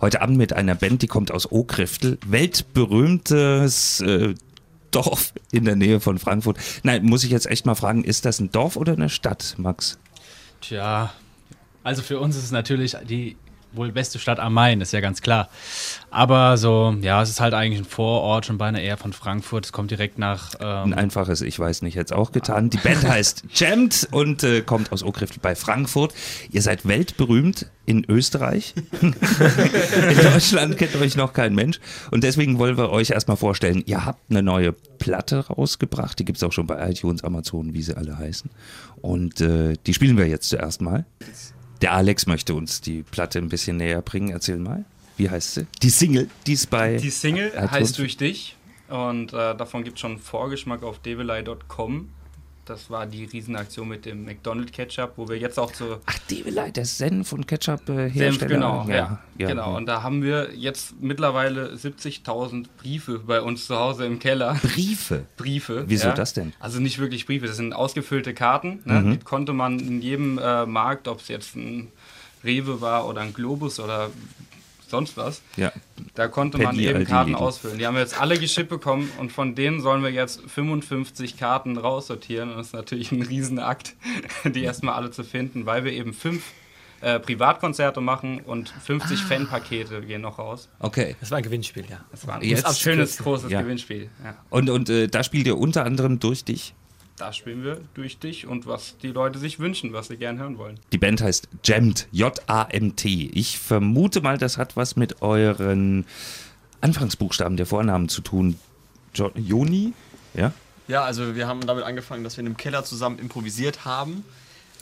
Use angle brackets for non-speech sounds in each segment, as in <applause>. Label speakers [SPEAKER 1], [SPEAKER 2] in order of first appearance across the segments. [SPEAKER 1] Heute Abend mit einer Band, die kommt aus Okriftel, weltberühmtes äh, Dorf in der Nähe von Frankfurt. Nein, muss ich jetzt echt mal fragen, ist das ein Dorf oder eine Stadt, Max?
[SPEAKER 2] Tja, also für uns ist es natürlich die wohl beste Stadt am Main, ist ja ganz klar. Aber so, ja, es ist halt eigentlich ein Vorort, schon beinahe eher von Frankfurt. Es kommt direkt nach.
[SPEAKER 1] Ein
[SPEAKER 2] Ähm,
[SPEAKER 1] einfaches, ich weiß nicht, jetzt auch getan. Die Band heißt Jammed und äh, kommt aus Okriftel bei Frankfurt. Ihr seid weltberühmt in Österreich. <laughs> in Deutschland kennt euch noch kein Mensch. Und deswegen wollen wir euch erstmal vorstellen, ihr habt eine neue Platte rausgebracht. Die gibt es auch schon bei iTunes, Amazon, wie sie alle heißen. Und äh, die spielen wir jetzt zuerst mal. Der Alex möchte uns die Platte ein bisschen näher bringen. Erzähl mal. Wie heißt sie? Die Single. Die ist bei.
[SPEAKER 3] Die Single
[SPEAKER 1] Hat uns-
[SPEAKER 3] heißt Durch dich und äh, davon gibt es schon einen Vorgeschmack auf devilei.com. Das war die Riesenaktion mit dem McDonald Ketchup, wo wir jetzt auch zur
[SPEAKER 1] Ach, Develei, der Senf und äh,
[SPEAKER 3] Senf,
[SPEAKER 1] Ketchup-Hersteller.
[SPEAKER 3] genau, ja, genau. Und da haben wir jetzt mittlerweile 70.000 Briefe bei uns zu Hause im Keller.
[SPEAKER 1] Briefe.
[SPEAKER 3] Briefe.
[SPEAKER 1] Wieso das denn? Mhm.
[SPEAKER 3] Also nicht wirklich Briefe, das sind ausgefüllte Karten. Ne? Die konnte man in jedem äh, Markt, ob es jetzt ein Rewe war oder ein Globus oder sonst was,
[SPEAKER 1] Ja.
[SPEAKER 3] da konnte
[SPEAKER 1] Per
[SPEAKER 3] man
[SPEAKER 1] die
[SPEAKER 3] eben
[SPEAKER 1] Aldi
[SPEAKER 3] Karten
[SPEAKER 1] Lidl.
[SPEAKER 3] ausfüllen. Die haben wir jetzt alle geschippt bekommen und von denen sollen wir jetzt 55 Karten raussortieren. Und das ist natürlich ein Riesenakt, <laughs> die erstmal alle zu finden, weil wir eben fünf äh, Privatkonzerte machen und 50 Fanpakete gehen noch raus.
[SPEAKER 1] Okay.
[SPEAKER 4] Das war ein Gewinnspiel, ja.
[SPEAKER 3] Das war ein
[SPEAKER 1] Jetzt-
[SPEAKER 3] schönes, großes
[SPEAKER 1] Ja.
[SPEAKER 3] Gewinnspiel. Ja.
[SPEAKER 1] Und, und äh, da spielt ihr unter anderem durch dich.
[SPEAKER 3] Da spielen wir durch dich und was die Leute sich wünschen, was sie gern hören wollen.
[SPEAKER 1] Die Band heißt Jammed. J-A-M-T. Ich vermute mal, das hat was mit euren Anfangsbuchstaben der Vornamen zu tun. Jo Joni? Ja?
[SPEAKER 5] Ja, also wir haben damit angefangen, dass wir in einem Keller zusammen improvisiert haben,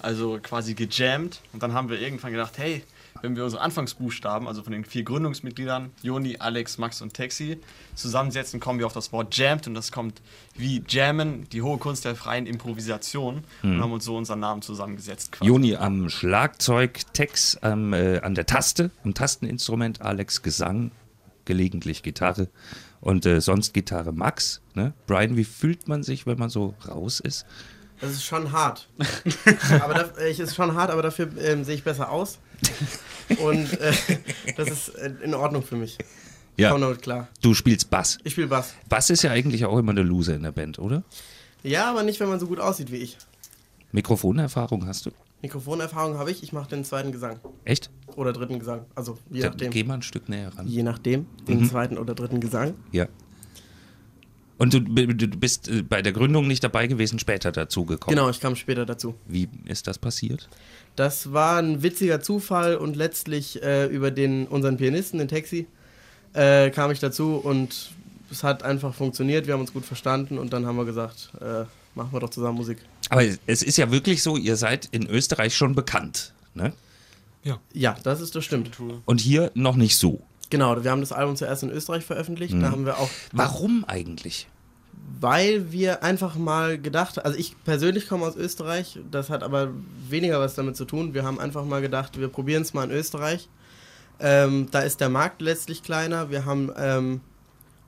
[SPEAKER 5] also quasi gejammt. Und dann haben wir irgendwann gedacht, hey, wenn wir unsere Anfangsbuchstaben, also von den vier Gründungsmitgliedern, Joni, Alex, Max und Taxi, zusammensetzen, kommen wir auf das Wort jammed und das kommt wie jammen, die hohe Kunst der freien Improvisation und haben uns so unseren Namen zusammengesetzt. Quasi.
[SPEAKER 1] Joni am Schlagzeug, Tex am, äh, an der Taste, am Tasteninstrument, Alex Gesang, gelegentlich Gitarre und äh, sonst Gitarre Max. Ne? Brian, wie fühlt man sich, wenn man so raus ist?
[SPEAKER 6] Es ist schon hart. aber da, äh, ich ist schon hart, aber dafür ähm, sehe ich besser aus. Und äh, das ist äh, in Ordnung für mich. Komm damit klar.
[SPEAKER 1] Du spielst Bass.
[SPEAKER 6] Ich spiele Bass.
[SPEAKER 1] Bass ist ja eigentlich auch immer eine Loser in der Band, oder?
[SPEAKER 6] Ja, aber nicht, wenn man so gut aussieht wie ich.
[SPEAKER 1] Mikrofonerfahrung hast du?
[SPEAKER 6] Mikrofonerfahrung habe ich. Ich mache den zweiten Gesang.
[SPEAKER 1] Echt?
[SPEAKER 6] Oder dritten Gesang. Also je
[SPEAKER 1] Dann
[SPEAKER 6] nachdem.
[SPEAKER 1] geh mal ein Stück näher ran.
[SPEAKER 6] Je nachdem. Den zweiten oder dritten Gesang.
[SPEAKER 1] Ja. Und du, b- du bist äh, bei der Gründung nicht dabei gewesen, später dazugekommen.
[SPEAKER 6] Genau, ich kam später dazu.
[SPEAKER 1] Wie ist das passiert?
[SPEAKER 6] Das war ein witziger Zufall und letztlich äh, über den, unseren Pianisten, den Taxi, äh, kam ich dazu und es hat einfach funktioniert. Wir haben uns gut verstanden und dann haben wir gesagt, äh, machen wir doch zusammen Musik.
[SPEAKER 1] Aber es ist ja wirklich so, ihr seid in Österreich schon bekannt. Ne?
[SPEAKER 6] Ja, das ist das stimmt.
[SPEAKER 1] Und hier noch nicht so.
[SPEAKER 6] Genau, wir haben das Album zuerst in Österreich veröffentlicht. Da haben wir auch,
[SPEAKER 1] Warum eigentlich?
[SPEAKER 6] weil wir einfach mal gedacht, also ich persönlich komme aus Österreich, das hat aber weniger was damit zu tun. Wir haben einfach mal gedacht, wir probieren es mal in Österreich. Ähm, da ist der Markt letztlich kleiner. Wir haben ähm,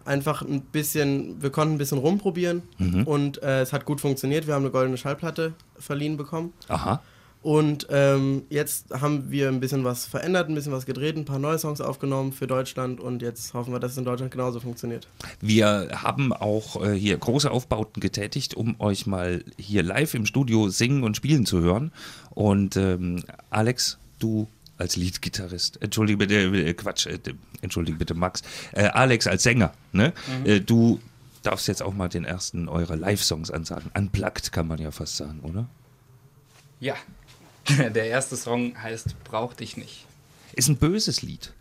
[SPEAKER 6] einfach ein bisschen, wir konnten ein bisschen rumprobieren und äh, es hat gut funktioniert. Wir haben eine goldene Schallplatte verliehen bekommen.
[SPEAKER 1] Aha.
[SPEAKER 6] Und ähm, jetzt haben wir ein bisschen was verändert, ein bisschen was gedreht, ein paar neue Songs aufgenommen für Deutschland und jetzt hoffen wir, dass es in Deutschland genauso funktioniert.
[SPEAKER 1] Wir haben auch äh, hier große Aufbauten getätigt, um euch mal hier live im Studio singen und spielen zu hören. Und ähm, Alex, du als Leadgitarrist, entschuldige bitte, äh, Quatsch, äh, entschuldige bitte Max, äh, Alex als Sänger, ne? Äh, du darfst jetzt auch mal den ersten eurer Live-Songs ansagen. Unplugged kann man ja fast sagen, oder?
[SPEAKER 3] Ja. <laughs> Der erste Song heißt Brauch dich nicht.
[SPEAKER 1] Ist ein böses Lied,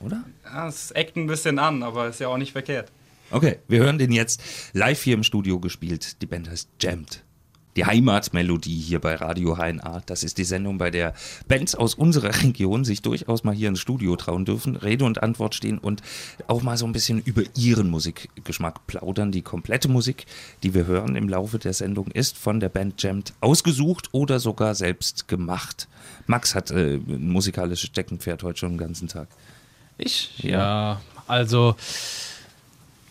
[SPEAKER 1] oder?
[SPEAKER 3] Ja, es eckt ein bisschen an, aber ist ja auch nicht verkehrt.
[SPEAKER 1] Okay, wir hören den jetzt live hier im Studio gespielt. Die Band heißt Jammed. Die Heimatmelodie hier bei Radio HNA. Das ist die Sendung, bei der Bands aus unserer Region sich durchaus mal hier ins Studio trauen dürfen, Rede und Antwort stehen und auch mal so ein bisschen über ihren Musikgeschmack plaudern. Die komplette Musik, die wir hören im Laufe der Sendung, ist von der Band Jammed ausgesucht oder sogar selbst gemacht. Max hat äh, ein musikalisches Steckenpferd heute schon den ganzen Tag.
[SPEAKER 2] ich? Ja, also.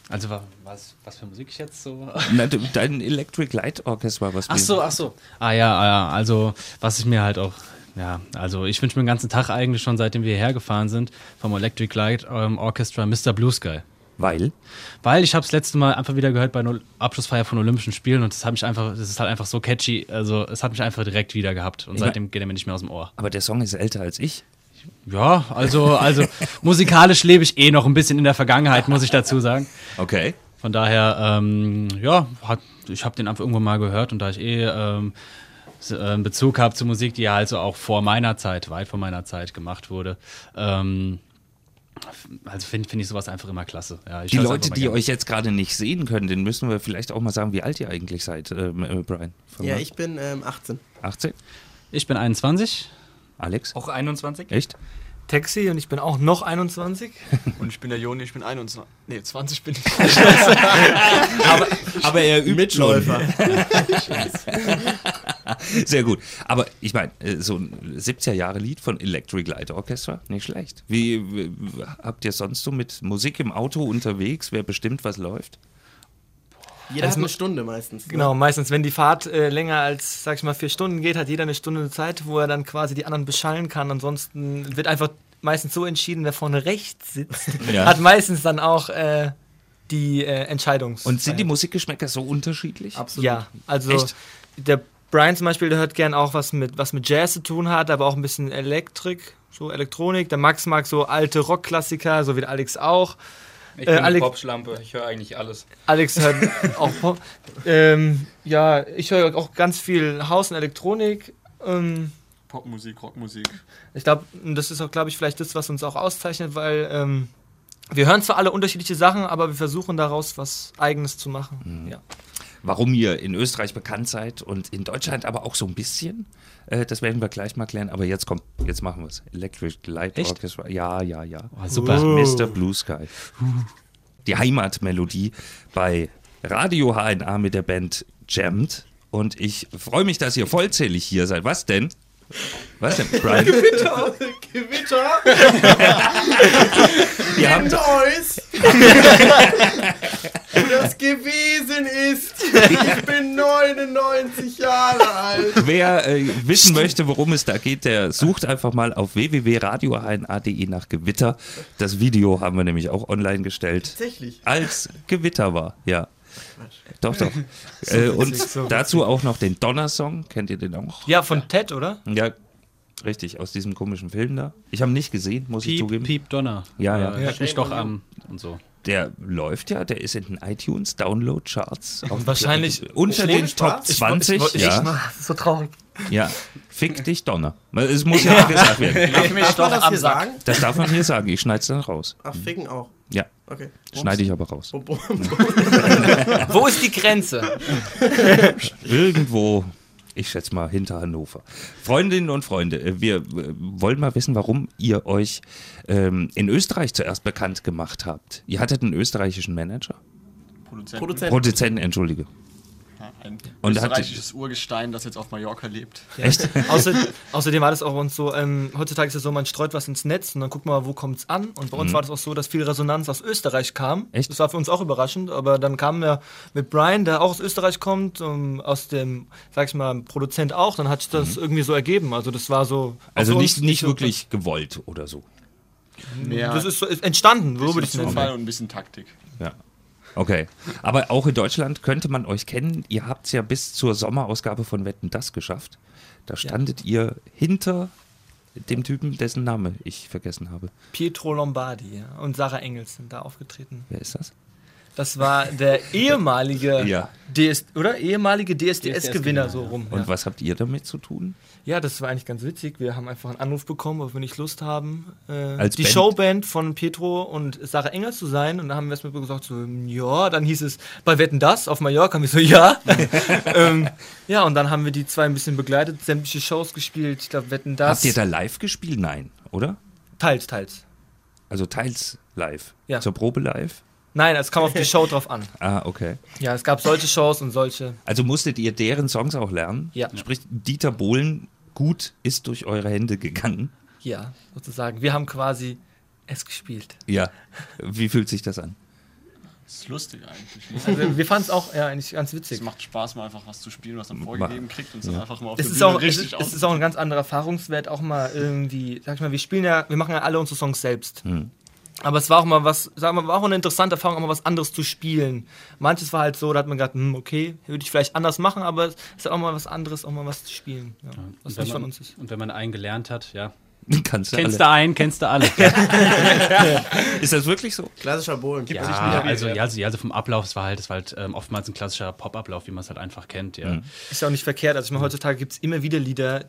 [SPEAKER 2] Also, wa- was, was für Musik ich jetzt so. <laughs>
[SPEAKER 1] Na, du- dein Electric Light Orchestra, was
[SPEAKER 2] Ach
[SPEAKER 1] wir-
[SPEAKER 2] so, ach so. Ah ja, ah ja, also was ich mir halt auch Ja, also ich wünsche mir den ganzen Tag eigentlich schon, seitdem wir hierher gefahren sind, vom Electric Light ähm, Orchestra Mr. Blue Sky.
[SPEAKER 1] Weil?
[SPEAKER 2] Weil ich habe das letzte Mal einfach wieder gehört bei einer Abschlussfeier von Olympischen Spielen und das, hat mich einfach, das ist halt einfach so catchy. Also es hat mich einfach direkt wieder gehabt und
[SPEAKER 1] mein-
[SPEAKER 2] seitdem geht er mir nicht mehr aus dem Ohr.
[SPEAKER 1] Aber der Song ist älter als ich.
[SPEAKER 2] Ja, also,
[SPEAKER 1] <laughs>
[SPEAKER 2] also musikalisch lebe ich eh noch ein bisschen in der Vergangenheit, muss ich dazu sagen.
[SPEAKER 1] Okay.
[SPEAKER 2] Von daher, ähm, ja, hat, ich habe den einfach irgendwo mal gehört und da ich eh ähm, s- äh, einen Bezug habe zu Musik, die ja also auch vor meiner Zeit, weit vor meiner Zeit gemacht wurde, ähm, f- also finde find ich sowas einfach immer klasse. Ja, ich
[SPEAKER 1] Die
[SPEAKER 2] hör's
[SPEAKER 1] Leute,
[SPEAKER 2] einfach mal
[SPEAKER 1] die
[SPEAKER 2] gerne.
[SPEAKER 1] euch jetzt gerade nicht sehen können, den müssen wir vielleicht auch mal sagen, wie alt ihr eigentlich seid, ähm, äh, Brian. Fang
[SPEAKER 6] Ja,
[SPEAKER 1] mal.
[SPEAKER 6] ich bin ähm, 18.
[SPEAKER 1] 18?
[SPEAKER 2] Ich bin 21.
[SPEAKER 1] Alex?
[SPEAKER 3] Auch 21?
[SPEAKER 1] Echt?
[SPEAKER 4] Taxi und ich bin auch noch 21.
[SPEAKER 5] Und ich bin der Joni, ich bin 21. Nee, 20 bin ich.
[SPEAKER 4] <laughs>
[SPEAKER 1] Aber, aber er übt
[SPEAKER 6] Mitläufer.
[SPEAKER 1] Sehr gut. Aber ich meine, äh, so ein 70er-Jahre-Lied von Electric Light Orchestra, nicht schlecht. Wie, wie habt ihr sonst so mit Musik im Auto unterwegs? Wer bestimmt, was läuft?
[SPEAKER 6] Jeder
[SPEAKER 4] Also
[SPEAKER 6] hat eine
[SPEAKER 4] ma-
[SPEAKER 6] Stunde meistens. ne?
[SPEAKER 4] Genau, meistens, wenn die Fahrt äh, länger als, sag ich mal, vier Stunden geht, hat jeder eine Stunde Zeit, wo er dann quasi die anderen beschallen kann. Ansonsten wird einfach meistens so entschieden, wer vorne rechts sitzt,
[SPEAKER 1] <laughs> Ja.
[SPEAKER 4] hat meistens dann auch äh, die äh, Entscheidungs.
[SPEAKER 1] Und sind die Musikgeschmäcker so unterschiedlich?
[SPEAKER 6] Absolut.
[SPEAKER 4] Ja, also
[SPEAKER 1] Echt?
[SPEAKER 4] der Brian zum Beispiel, der hört gern auch was mit, was mit Jazz zu tun hat, aber auch ein bisschen Elektrik, so Elektronik. Der Max mag so alte Rockklassiker, so wie der Alex auch.
[SPEAKER 3] Ich
[SPEAKER 4] Äh,
[SPEAKER 3] bin eine
[SPEAKER 4] Alex-
[SPEAKER 3] Popschlampe, ich höre eigentlich alles.
[SPEAKER 4] Alex hört auch Pop. Ähm, ja, ich höre auch ganz viel Haus und Elektronik. Ähm,
[SPEAKER 5] Popmusik, Rockmusik.
[SPEAKER 4] ich glaube, das ist auch, glaube ich, vielleicht das, was uns auch auszeichnet, weil ähm, wir hören zwar alle unterschiedliche Sachen, aber wir versuchen daraus was Eigenes zu machen. Ja.
[SPEAKER 1] Warum ihr in Österreich bekannt seid und in Deutschland aber auch so ein bisschen, äh, das werden wir gleich mal klären. Aber jetzt kommt, jetzt machen wir es. Electric Light
[SPEAKER 4] Echt?
[SPEAKER 1] Orchestra. Ja, ja, ja.
[SPEAKER 2] Oh, super.
[SPEAKER 1] Mr. Blue Sky. Die Heimatmelodie bei Radio HNA mit der Band Jammed. Und ich freue mich, dass ihr vollzählig hier seid. Was denn? Was denn, Brian? <laughs>
[SPEAKER 6] Gewitter,
[SPEAKER 1] Wir haben,
[SPEAKER 6] Noise! <laughs> Wo das gewesen ist! Ich bin 99 Jahre alt!
[SPEAKER 1] wer äh, wissen möchte, worum es da geht, der sucht einfach mal auf www.radiohna.de nach Gewitter. Das Video haben wir nämlich auch online gestellt.
[SPEAKER 6] Tatsächlich.
[SPEAKER 1] als Gewitter war, ja. Doch, doch. äh, und dazu auch noch den Donnersong. Kennt ihr den auch?
[SPEAKER 4] ja, von Ted, oder?
[SPEAKER 1] Ja, richtig, aus diesem komischen Film da. Ich habe ihn nicht gesehen, muss ich
[SPEAKER 2] Piep,
[SPEAKER 1] zugeben.
[SPEAKER 2] Piep, Donner.
[SPEAKER 1] Ja, ja.
[SPEAKER 2] Äh, mich doch am und so.
[SPEAKER 1] Der läuft ja, der ist in den iTunes Download Charts. auf-
[SPEAKER 4] Wahrscheinlich- Oh,
[SPEAKER 1] unter den Top
[SPEAKER 6] Spaß.
[SPEAKER 1] 20.
[SPEAKER 4] Ich- ich-
[SPEAKER 1] ja,
[SPEAKER 4] Das ist so traurig.
[SPEAKER 1] ja. Fick dich, Donner. Es
[SPEAKER 4] <laughs>
[SPEAKER 1] muss ja auch gesagt werden.
[SPEAKER 5] Mach mich
[SPEAKER 6] Darf man das
[SPEAKER 5] am
[SPEAKER 6] hier
[SPEAKER 5] Sack.
[SPEAKER 6] sagen?
[SPEAKER 1] Das darf man hier sagen. Ich schneide es dann raus.
[SPEAKER 6] Ach, ficken auch.
[SPEAKER 1] Ja,
[SPEAKER 6] Okay.
[SPEAKER 1] schneide ich aber raus.
[SPEAKER 6] Bo- bo-
[SPEAKER 4] Wo ist die Grenze?
[SPEAKER 1] Irgendwo, ich schätze mal, hinter Hannover. Freundinnen und Freunde, äh, wir äh, wollen mal wissen, warum ihr euch ähm, in Österreich zuerst bekannt gemacht habt. Ihr hattet einen österreichischen Manager?
[SPEAKER 5] Produzent.
[SPEAKER 6] Produzent.
[SPEAKER 1] Produzenten, entschuldige.
[SPEAKER 5] Ja, ein
[SPEAKER 1] Und hat-
[SPEAKER 5] österreichisches Urgestein, das jetzt auf Mallorca lebt.
[SPEAKER 1] Echt?
[SPEAKER 4] Außer, außerdem war das auch bei uns so, ähm, heutzutage ist es so, man streut was ins Netz und dann guckt man mal, wo kommt's an. Und bei uns war das auch so, dass viel Resonanz aus Österreich kam.
[SPEAKER 1] Mhm. Echt?
[SPEAKER 4] Das war für uns auch überraschend, aber dann kamen wir mit Brian, der auch aus Österreich kommt, ähm, aus dem, sag ich mal, Produzent auch, dann hat sich das irgendwie so ergeben. Also das war so.
[SPEAKER 1] Mhm. Also
[SPEAKER 4] für uns
[SPEAKER 1] nicht, nicht
[SPEAKER 4] so-
[SPEAKER 1] wirklich gewollt oder so.
[SPEAKER 5] Mehr
[SPEAKER 4] Das ist, so, ist entstanden,
[SPEAKER 5] ein
[SPEAKER 4] wo würde ich
[SPEAKER 5] bisschen
[SPEAKER 4] sagen.
[SPEAKER 5] Zufall und ein bisschen Taktik.
[SPEAKER 1] Ja. Okay. Aber auch in Deutschland könnte man euch kennen. Ihr habt es ja bis zur Sommerausgabe von Wetten das geschafft. Da standet ihr hinter dem Typen, dessen Name ich vergessen habe.
[SPEAKER 4] Pietro Lombardi ja, und Sarah Engels sind da aufgetreten.
[SPEAKER 1] Wer ist das?
[SPEAKER 4] Das war der ehemalige
[SPEAKER 1] Ja.
[SPEAKER 4] DS, oder? Ehemalige DSDS-Gewinner
[SPEAKER 2] DSDS-Gewinner,
[SPEAKER 4] so rum.
[SPEAKER 1] Und
[SPEAKER 4] ja.
[SPEAKER 1] was habt ihr damit zu tun?
[SPEAKER 4] Ja, das war eigentlich ganz witzig. Wir haben einfach einen Anruf bekommen, ob wir nicht Lust haben, äh,
[SPEAKER 1] Als
[SPEAKER 4] die
[SPEAKER 1] Band?
[SPEAKER 4] Showband von Petro und Sarah Engels zu sein. Und da haben wir erstmal gesagt, so, mm, ja, dann hieß es, bei Wetten das auf Mallorca. Und wir
[SPEAKER 1] <laughs>
[SPEAKER 4] so, ja. ähm, ja, und dann haben wir die zwei ein bisschen begleitet, sämtliche Shows gespielt. Ich glaube, Wetten das.
[SPEAKER 1] Habt ihr da live gespielt? Nein, oder?
[SPEAKER 4] Teils, teils.
[SPEAKER 1] Also teils live.
[SPEAKER 4] Ja.
[SPEAKER 1] Zur Probe live.
[SPEAKER 4] Nein, es kam auf die Show drauf an.
[SPEAKER 1] Ah, okay.
[SPEAKER 4] Ja, es gab solche Shows und solche.
[SPEAKER 1] Also musstet ihr deren Songs auch lernen?
[SPEAKER 4] Ja.
[SPEAKER 1] Sprich, Dieter Bohlen, gut ist durch eure Hände gegangen.
[SPEAKER 4] Ja, sozusagen. Wir haben quasi es gespielt.
[SPEAKER 1] Ja. Wie fühlt sich das an? <laughs>
[SPEAKER 5] Das ist lustig eigentlich. ne?
[SPEAKER 4] Also, wir fanden es auch ja, eigentlich ganz
[SPEAKER 5] Es
[SPEAKER 4] witzig.
[SPEAKER 5] macht Spaß, mal einfach was zu spielen, was dann vorgegeben kriegt und es dann einfach mal auf
[SPEAKER 4] Es
[SPEAKER 5] der
[SPEAKER 4] ist,
[SPEAKER 5] Bühne
[SPEAKER 4] auch, es, ist, es
[SPEAKER 5] aus-
[SPEAKER 4] ist auch ein ganz anderer Erfahrungswert, auch mal irgendwie, sag ich mal, wir spielen ja, wir machen ja alle unsere Songs selbst. Aber es war auch mal was, sagen wir mal, war auch eine interessante Erfahrung, auch mal was anderes zu spielen. Manches war halt so, da hat man gedacht, hm, okay, würde ich vielleicht anders machen, aber es ist auch mal was anderes, auch mal was zu spielen. Ja, was
[SPEAKER 2] Und wenn,
[SPEAKER 4] nicht von
[SPEAKER 2] man,
[SPEAKER 4] uns ist.
[SPEAKER 2] und wenn man einen gelernt hat, ja.
[SPEAKER 1] Kannst du
[SPEAKER 2] Kennst
[SPEAKER 1] alle.
[SPEAKER 2] du einen, kennst du
[SPEAKER 1] <laughs>
[SPEAKER 2] alle.
[SPEAKER 1] Ist das wirklich so?
[SPEAKER 6] Klassischer Bohlen.
[SPEAKER 2] Ja, also, ja, also, ja, also vom Ablauf, es war halt, es war halt ähm, oftmals ein klassischer Pop-Ablauf, wie man es halt einfach kennt, ja.
[SPEAKER 1] Mhm.
[SPEAKER 4] Ist ja auch nicht verkehrt. Also ich meine, heutzutage gibt es immer wieder Lieder,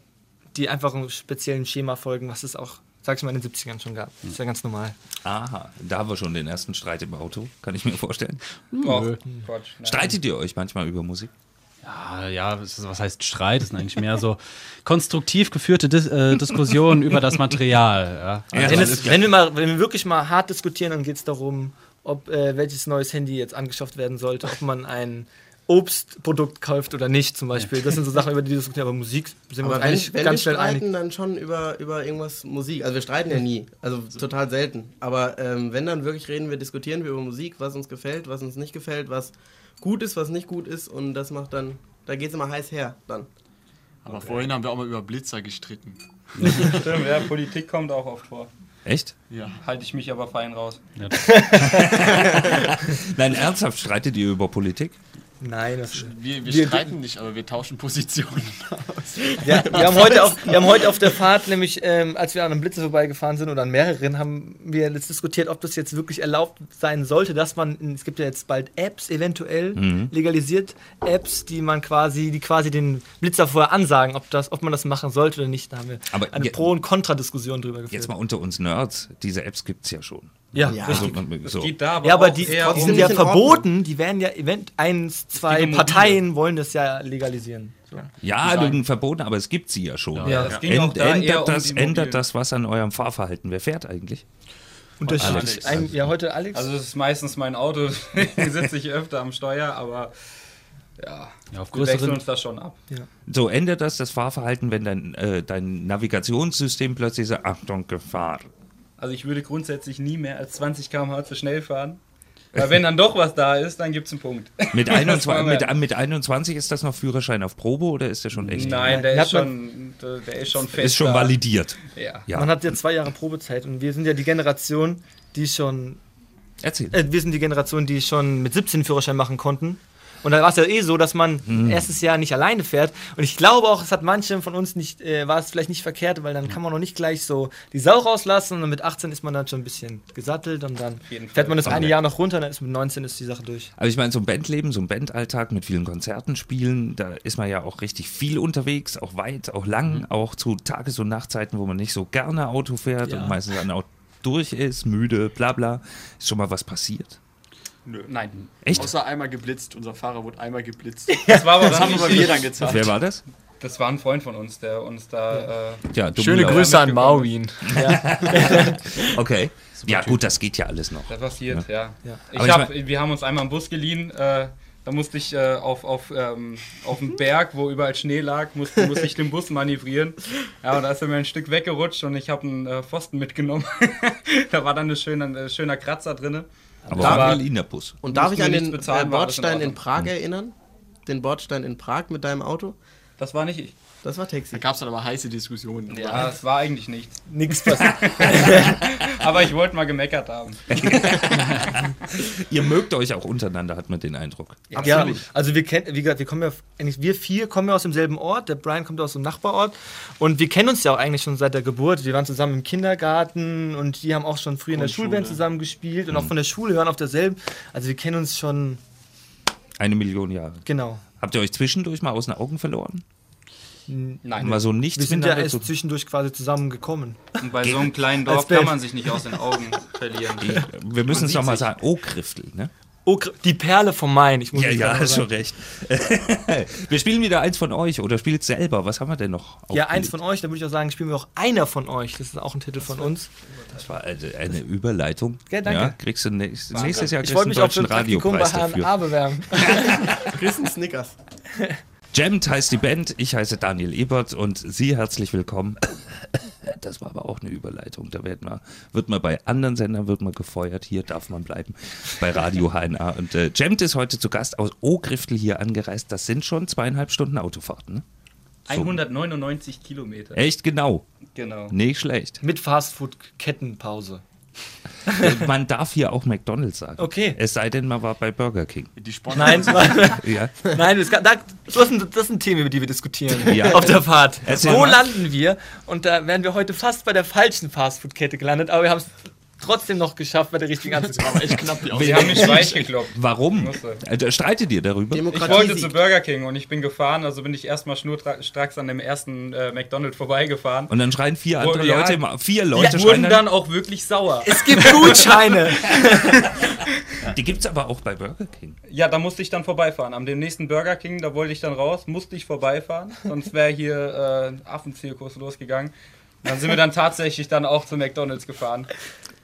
[SPEAKER 4] die einfach einem speziellen Schema folgen, was es auch, sag ich mal, in den 70ern schon gab. Ist ja ganz normal.
[SPEAKER 1] Aha, da haben wir schon den ersten Streit im Auto, kann ich mir vorstellen.
[SPEAKER 3] Ähm.
[SPEAKER 4] Hm.
[SPEAKER 3] Och, Quatsch, nein.
[SPEAKER 1] Streitet ihr euch manchmal über Musik?
[SPEAKER 2] Ah, ja, es ist- was heißt Streit? Das sind eigentlich mehr so konstruktiv geführte Dis äh, Diskussionen über das Material. Ja.
[SPEAKER 1] Ja,
[SPEAKER 4] wenn,
[SPEAKER 1] Also alles
[SPEAKER 4] es,
[SPEAKER 1] klar.
[SPEAKER 4] wenn, wir mal, wenn wir wirklich mal hart diskutieren, dann geht es darum, ob äh, welches neues Handy jetzt angeschafft werden sollte, ob man ein Obstprodukt kauft oder nicht zum Beispiel. Das sind so Sachen, über die wir diskutieren. Aber Musik sind
[SPEAKER 6] Aber
[SPEAKER 4] wir uns
[SPEAKER 6] wenn,
[SPEAKER 4] eigentlich
[SPEAKER 6] wenn
[SPEAKER 4] ganz
[SPEAKER 6] wir
[SPEAKER 4] schnell
[SPEAKER 6] streiten,
[SPEAKER 4] einig.
[SPEAKER 6] dann schon über, über irgendwas Musik. Also wir streiten ja nie, also total selten. Aber ähm, wenn dann wirklich reden wir, diskutieren wir über Musik, was uns gefällt, was uns nicht gefällt, was gut ist, was nicht gut ist und das macht dann, da geht es immer heiß her dann.
[SPEAKER 5] Aber vorhin haben wir auch mal über Blitzer gestritten.
[SPEAKER 3] Stimmt, ja, Politik kommt auch oft vor.
[SPEAKER 1] Echt?
[SPEAKER 5] Ja.
[SPEAKER 3] Halte ich mich aber fein raus.
[SPEAKER 1] Nein, ernsthaft, streitet ihr über Politik?
[SPEAKER 4] Nein, das ist
[SPEAKER 5] Wir, wir,
[SPEAKER 4] Wir-
[SPEAKER 5] streiten nicht, aber wir tauschen Positionen.
[SPEAKER 4] <laughs> ja,
[SPEAKER 1] <laughs>
[SPEAKER 4] wir, haben heute auf, wir haben heute auf der Fahrt, nämlich ähm, als wir an einem Blitzer vorbeigefahren sind oder an mehreren, haben wir jetzt diskutiert, ob das jetzt wirklich erlaubt sein sollte, dass man, es gibt ja jetzt bald Apps, eventuell
[SPEAKER 1] Mhm.
[SPEAKER 4] legalisiert Apps, die man quasi, die quasi den Blitzer vorher ansagen, ob, das, ob man das machen sollte oder nicht. Da haben wir
[SPEAKER 1] Aber
[SPEAKER 4] eine
[SPEAKER 1] je-
[SPEAKER 4] Pro- und Kontra-Diskussion drüber geführt.
[SPEAKER 1] Jetzt mal unter uns Nerds, diese Apps gibt es ja schon. Also,
[SPEAKER 4] Ja,
[SPEAKER 6] Ja.
[SPEAKER 4] richtig.
[SPEAKER 1] man,
[SPEAKER 3] Es
[SPEAKER 1] so.
[SPEAKER 3] geht da aber,
[SPEAKER 4] Ja, aber
[SPEAKER 3] auch
[SPEAKER 4] die,
[SPEAKER 3] eher
[SPEAKER 4] die
[SPEAKER 6] um-
[SPEAKER 4] sind
[SPEAKER 6] Sind
[SPEAKER 4] ja
[SPEAKER 6] nicht in Ordnung.
[SPEAKER 4] verboten, die werden ja event eins, zwei
[SPEAKER 3] um Mobile.
[SPEAKER 4] Parteien wollen das ja legalisieren. So.
[SPEAKER 1] Ja, liegen verboten, aber es gibt sie ja schon.
[SPEAKER 4] Ja.
[SPEAKER 3] es ging auch
[SPEAKER 1] Änd,
[SPEAKER 3] da eher
[SPEAKER 1] ändert,
[SPEAKER 3] um
[SPEAKER 1] das,
[SPEAKER 3] die Mobilen.
[SPEAKER 1] ändert das was an eurem Fahrverhalten? Wer fährt eigentlich?
[SPEAKER 4] Unterschiedlich.
[SPEAKER 5] Alex.
[SPEAKER 4] Ein, ja, heute Alex.
[SPEAKER 3] Also es ist meistens mein Auto, <laughs> deswegen sitze ich öfter am Steuer, aber ja,
[SPEAKER 2] Ja, auf
[SPEAKER 3] wir wechseln
[SPEAKER 2] größeren,
[SPEAKER 3] uns das schon ab.
[SPEAKER 1] So ändert das das Fahrverhalten, wenn dein, äh, dein Navigationssystem plötzlich sagt, Achtung, Gefahr.
[SPEAKER 3] Also ich würde grundsätzlich nie mehr als 20 km/h zu schnell fahren. Weil wenn dann doch was da ist, dann gibt es einen
[SPEAKER 4] <laughs>
[SPEAKER 3] Punkt. <laughs>
[SPEAKER 1] Mit,
[SPEAKER 3] war
[SPEAKER 1] 21,
[SPEAKER 3] mir-
[SPEAKER 1] mit, mit 21 ist das noch Führerschein auf Probe oder ist der schon echt?
[SPEAKER 3] Nein, der
[SPEAKER 4] Ja,
[SPEAKER 3] ist
[SPEAKER 4] hat
[SPEAKER 3] schon, der, der ist schon fest.
[SPEAKER 1] Ist schon
[SPEAKER 3] da.
[SPEAKER 1] validiert.
[SPEAKER 3] Ja.
[SPEAKER 1] Ja,
[SPEAKER 4] Man hat ja zwei Jahre Probezeit und wir sind ja die Generation, die schon,
[SPEAKER 1] erzähl.
[SPEAKER 4] äh, wir sind die Generation, die schon mit 17 Führerschein machen konnten. Und da war es ja eh so, dass man erstes Jahr nicht alleine fährt. Und ich glaube auch, es hat manche von uns nicht, äh, war es vielleicht nicht verkehrt, weil dann kann man noch nicht gleich so die Sau rauslassen. Und mit 18 ist man dann schon ein bisschen gesattelt und dann
[SPEAKER 3] jeden Fall.
[SPEAKER 4] fährt man das eine
[SPEAKER 1] Okay.
[SPEAKER 4] Jahr noch runter, dann ist mit 19 ist die Sache durch.
[SPEAKER 1] Aber Also ich meine, so ein Bandleben, so ein Bandalltag mit vielen Konzerten spielen, da ist man ja auch richtig viel unterwegs, auch weit, auch lang, auch zu Tages- und Nachtzeiten, wo man nicht so gerne Auto fährt und meistens dann auch durch ist, müde, bla bla. Ist schon mal was passiert?
[SPEAKER 3] Nein.
[SPEAKER 1] Echt?
[SPEAKER 5] Außer einmal geblitzt. Unser Fahrer wurde einmal
[SPEAKER 4] <laughs>
[SPEAKER 5] geblitzt.
[SPEAKER 3] Das war aber dann
[SPEAKER 5] haben
[SPEAKER 3] nicht
[SPEAKER 5] aber
[SPEAKER 3] ich.
[SPEAKER 5] wir dann gezahlt.
[SPEAKER 1] Wer war das?
[SPEAKER 3] Das war ein Freund von uns, der uns da. Äh,
[SPEAKER 1] Ja, du
[SPEAKER 5] Schöne
[SPEAKER 1] Müller.
[SPEAKER 5] Grüße an
[SPEAKER 3] mitgekommen.
[SPEAKER 5] Marvin.
[SPEAKER 1] Okay. Ja, gut, das geht ja alles noch.
[SPEAKER 3] das passiert, ja.
[SPEAKER 4] Ja.
[SPEAKER 1] Aber
[SPEAKER 3] Ich
[SPEAKER 1] ich
[SPEAKER 3] hab, wir haben uns einmal einen Bus geliehen. Äh, da musste ich äh, auf, auf, ähm, auf dem Berg, wo überall Schnee lag, musste, musste ich den Bus manövrieren. Ja, und da ist er mir ein Stück weggerutscht und ich habe einen äh, Pfosten mitgenommen. <laughs> da war dann ein schöner, ein schöner Kratzer drin.
[SPEAKER 1] Aber
[SPEAKER 3] Da war-
[SPEAKER 1] war in der Bus.
[SPEAKER 6] Und darf
[SPEAKER 3] Mussten
[SPEAKER 6] ich an
[SPEAKER 3] wir nichts
[SPEAKER 6] den äh,
[SPEAKER 3] bezahlen, war alles in
[SPEAKER 6] Bordstein in,
[SPEAKER 3] Ordnung. Hm.
[SPEAKER 6] Prag erinnern? Den Bordstein in Prag mit deinem Auto?
[SPEAKER 3] Das war nicht ich.
[SPEAKER 6] Das war Taxi.
[SPEAKER 5] Da gab es dann aber heiße Diskussionen.
[SPEAKER 3] Ja, es war eigentlich nichts.
[SPEAKER 4] Nichts passiert.
[SPEAKER 3] <laughs> Aber ich wollte mal gemeckert haben.
[SPEAKER 1] Ihr mögt euch auch untereinander, hat man den Eindruck.
[SPEAKER 4] Ja, also wir kennen, wie gesagt, wir kommen ja, eigentlich wir vier kommen ja aus demselben Ort, der Brian kommt ja aus dem Nachbarort und wir kennen uns ja auch eigentlich schon seit der Geburt. Wir waren zusammen im Kindergarten und die haben auch schon früh in der
[SPEAKER 5] Grundschule.
[SPEAKER 4] Schulband zusammen gespielt
[SPEAKER 1] Mhm.
[SPEAKER 4] und auch von der Schule hören auf derselben. Also wir kennen uns schon,
[SPEAKER 1] Eine Million Jahre.
[SPEAKER 4] genau.
[SPEAKER 1] Habt ihr euch zwischendurch mal aus den Augen verloren?
[SPEAKER 3] Nein.
[SPEAKER 1] Mal so nichts
[SPEAKER 4] Wir sind ja
[SPEAKER 1] miteinander zu-
[SPEAKER 4] erst zwischendurch quasi zusammengekommen.
[SPEAKER 3] Und bei so einem kleinen
[SPEAKER 4] Als
[SPEAKER 3] Dorf kann
[SPEAKER 4] Bild.
[SPEAKER 3] man sich nicht aus den Augen verlieren.
[SPEAKER 1] äh, Wir müssen es nochmal sagen. Oh, Griftel, ne?
[SPEAKER 4] Oh, Gr- die Perle vom Main. Ich muss
[SPEAKER 1] Ja,
[SPEAKER 4] es
[SPEAKER 1] ja, also
[SPEAKER 4] gerade mal
[SPEAKER 1] hast schon
[SPEAKER 4] sagen.
[SPEAKER 1] recht. <laughs> wir spielen wieder eins von euch oder spielt selber. Was haben wir denn noch?
[SPEAKER 4] Ja,
[SPEAKER 1] aufgelegt?
[SPEAKER 4] eins von euch, da würde ich auch sagen, spielen wir auch einer von euch. Das ist auch ein Titel von uns.
[SPEAKER 1] Das war eine, eine Überleitung.
[SPEAKER 4] Ja, danke.
[SPEAKER 1] kriegst du nächst, nächstes Jahr
[SPEAKER 4] Ich
[SPEAKER 1] kriegst du
[SPEAKER 4] wollte
[SPEAKER 1] einen
[SPEAKER 4] mich auch für
[SPEAKER 1] deutschen
[SPEAKER 4] ein Praktikum bei
[SPEAKER 1] Radiopreis
[SPEAKER 4] HNA
[SPEAKER 1] dafür.
[SPEAKER 4] bewerben.
[SPEAKER 1] <laughs>
[SPEAKER 6] Christen <laughs> Snickers.
[SPEAKER 1] Jammed heißt die Band, ich heiße Daniel Ebert und Sie herzlich willkommen <laughs> das war aber auch eine Überleitung. Da wird man, wird man bei anderen Sendern wird man gefeuert. Hier darf man bleiben bei Radio HNA. Und äh, Jemt ist heute zu Gast aus Ogriftel hier angereist. Das sind schon zweieinhalb Stunden Autofahrt, ne? So.
[SPEAKER 3] 199 Kilometer.
[SPEAKER 1] Echt genau.
[SPEAKER 3] Genau.
[SPEAKER 1] Nicht schlecht.
[SPEAKER 3] <laughs>
[SPEAKER 4] Mit Fastfood-Kettenpause.
[SPEAKER 1] Man darf hier auch McDonalds sagen.
[SPEAKER 4] Okay.
[SPEAKER 1] Es sei denn, man war bei Burger King.
[SPEAKER 5] Die Sport
[SPEAKER 4] Nein, nein,
[SPEAKER 3] <laughs>
[SPEAKER 1] Ja.
[SPEAKER 4] nein das, kann, da, das, sind, das sind Themen, über die wir diskutieren
[SPEAKER 1] Ja.
[SPEAKER 4] auf der Fahrt.
[SPEAKER 1] Erzähl
[SPEAKER 4] Wo
[SPEAKER 1] mal.
[SPEAKER 4] landen wir? Und da wären wir heute fast bei der falschen Fastfood-Kette gelandet, aber wir haben es trotzdem noch geschafft, bei der richtigen anzukommen.
[SPEAKER 5] echt knapp die
[SPEAKER 3] Sie
[SPEAKER 5] Aussage.
[SPEAKER 3] haben mich weich gekloppt.
[SPEAKER 1] Warum?
[SPEAKER 3] Muss er.
[SPEAKER 1] Äh, da streitet ihr darüber?
[SPEAKER 3] Ich
[SPEAKER 6] Demokratie
[SPEAKER 3] wollte zu
[SPEAKER 6] siegt.
[SPEAKER 3] Burger King und ich bin gefahren, also bin ich erstmal schnurstracks an dem ersten äh, McDonald's vorbeigefahren.
[SPEAKER 1] Und dann schreien vier andere
[SPEAKER 3] Ja.
[SPEAKER 1] Leute, im- vier
[SPEAKER 3] Die
[SPEAKER 1] Leute schreien
[SPEAKER 3] wurden dann auch wirklich sauer.
[SPEAKER 4] Es gibt Gutscheine.
[SPEAKER 1] dann, die gibt's aber auch bei Burger <laughs> King.
[SPEAKER 3] Ja, da musste ich dann vorbeifahren. Am dem nächsten Burger King, da wollte ich dann raus, musste ich vorbeifahren, sonst wäre hier äh, Affenzirkus losgegangen. Dann sind wir dann tatsächlich dann auch zu McDonald's gefahren.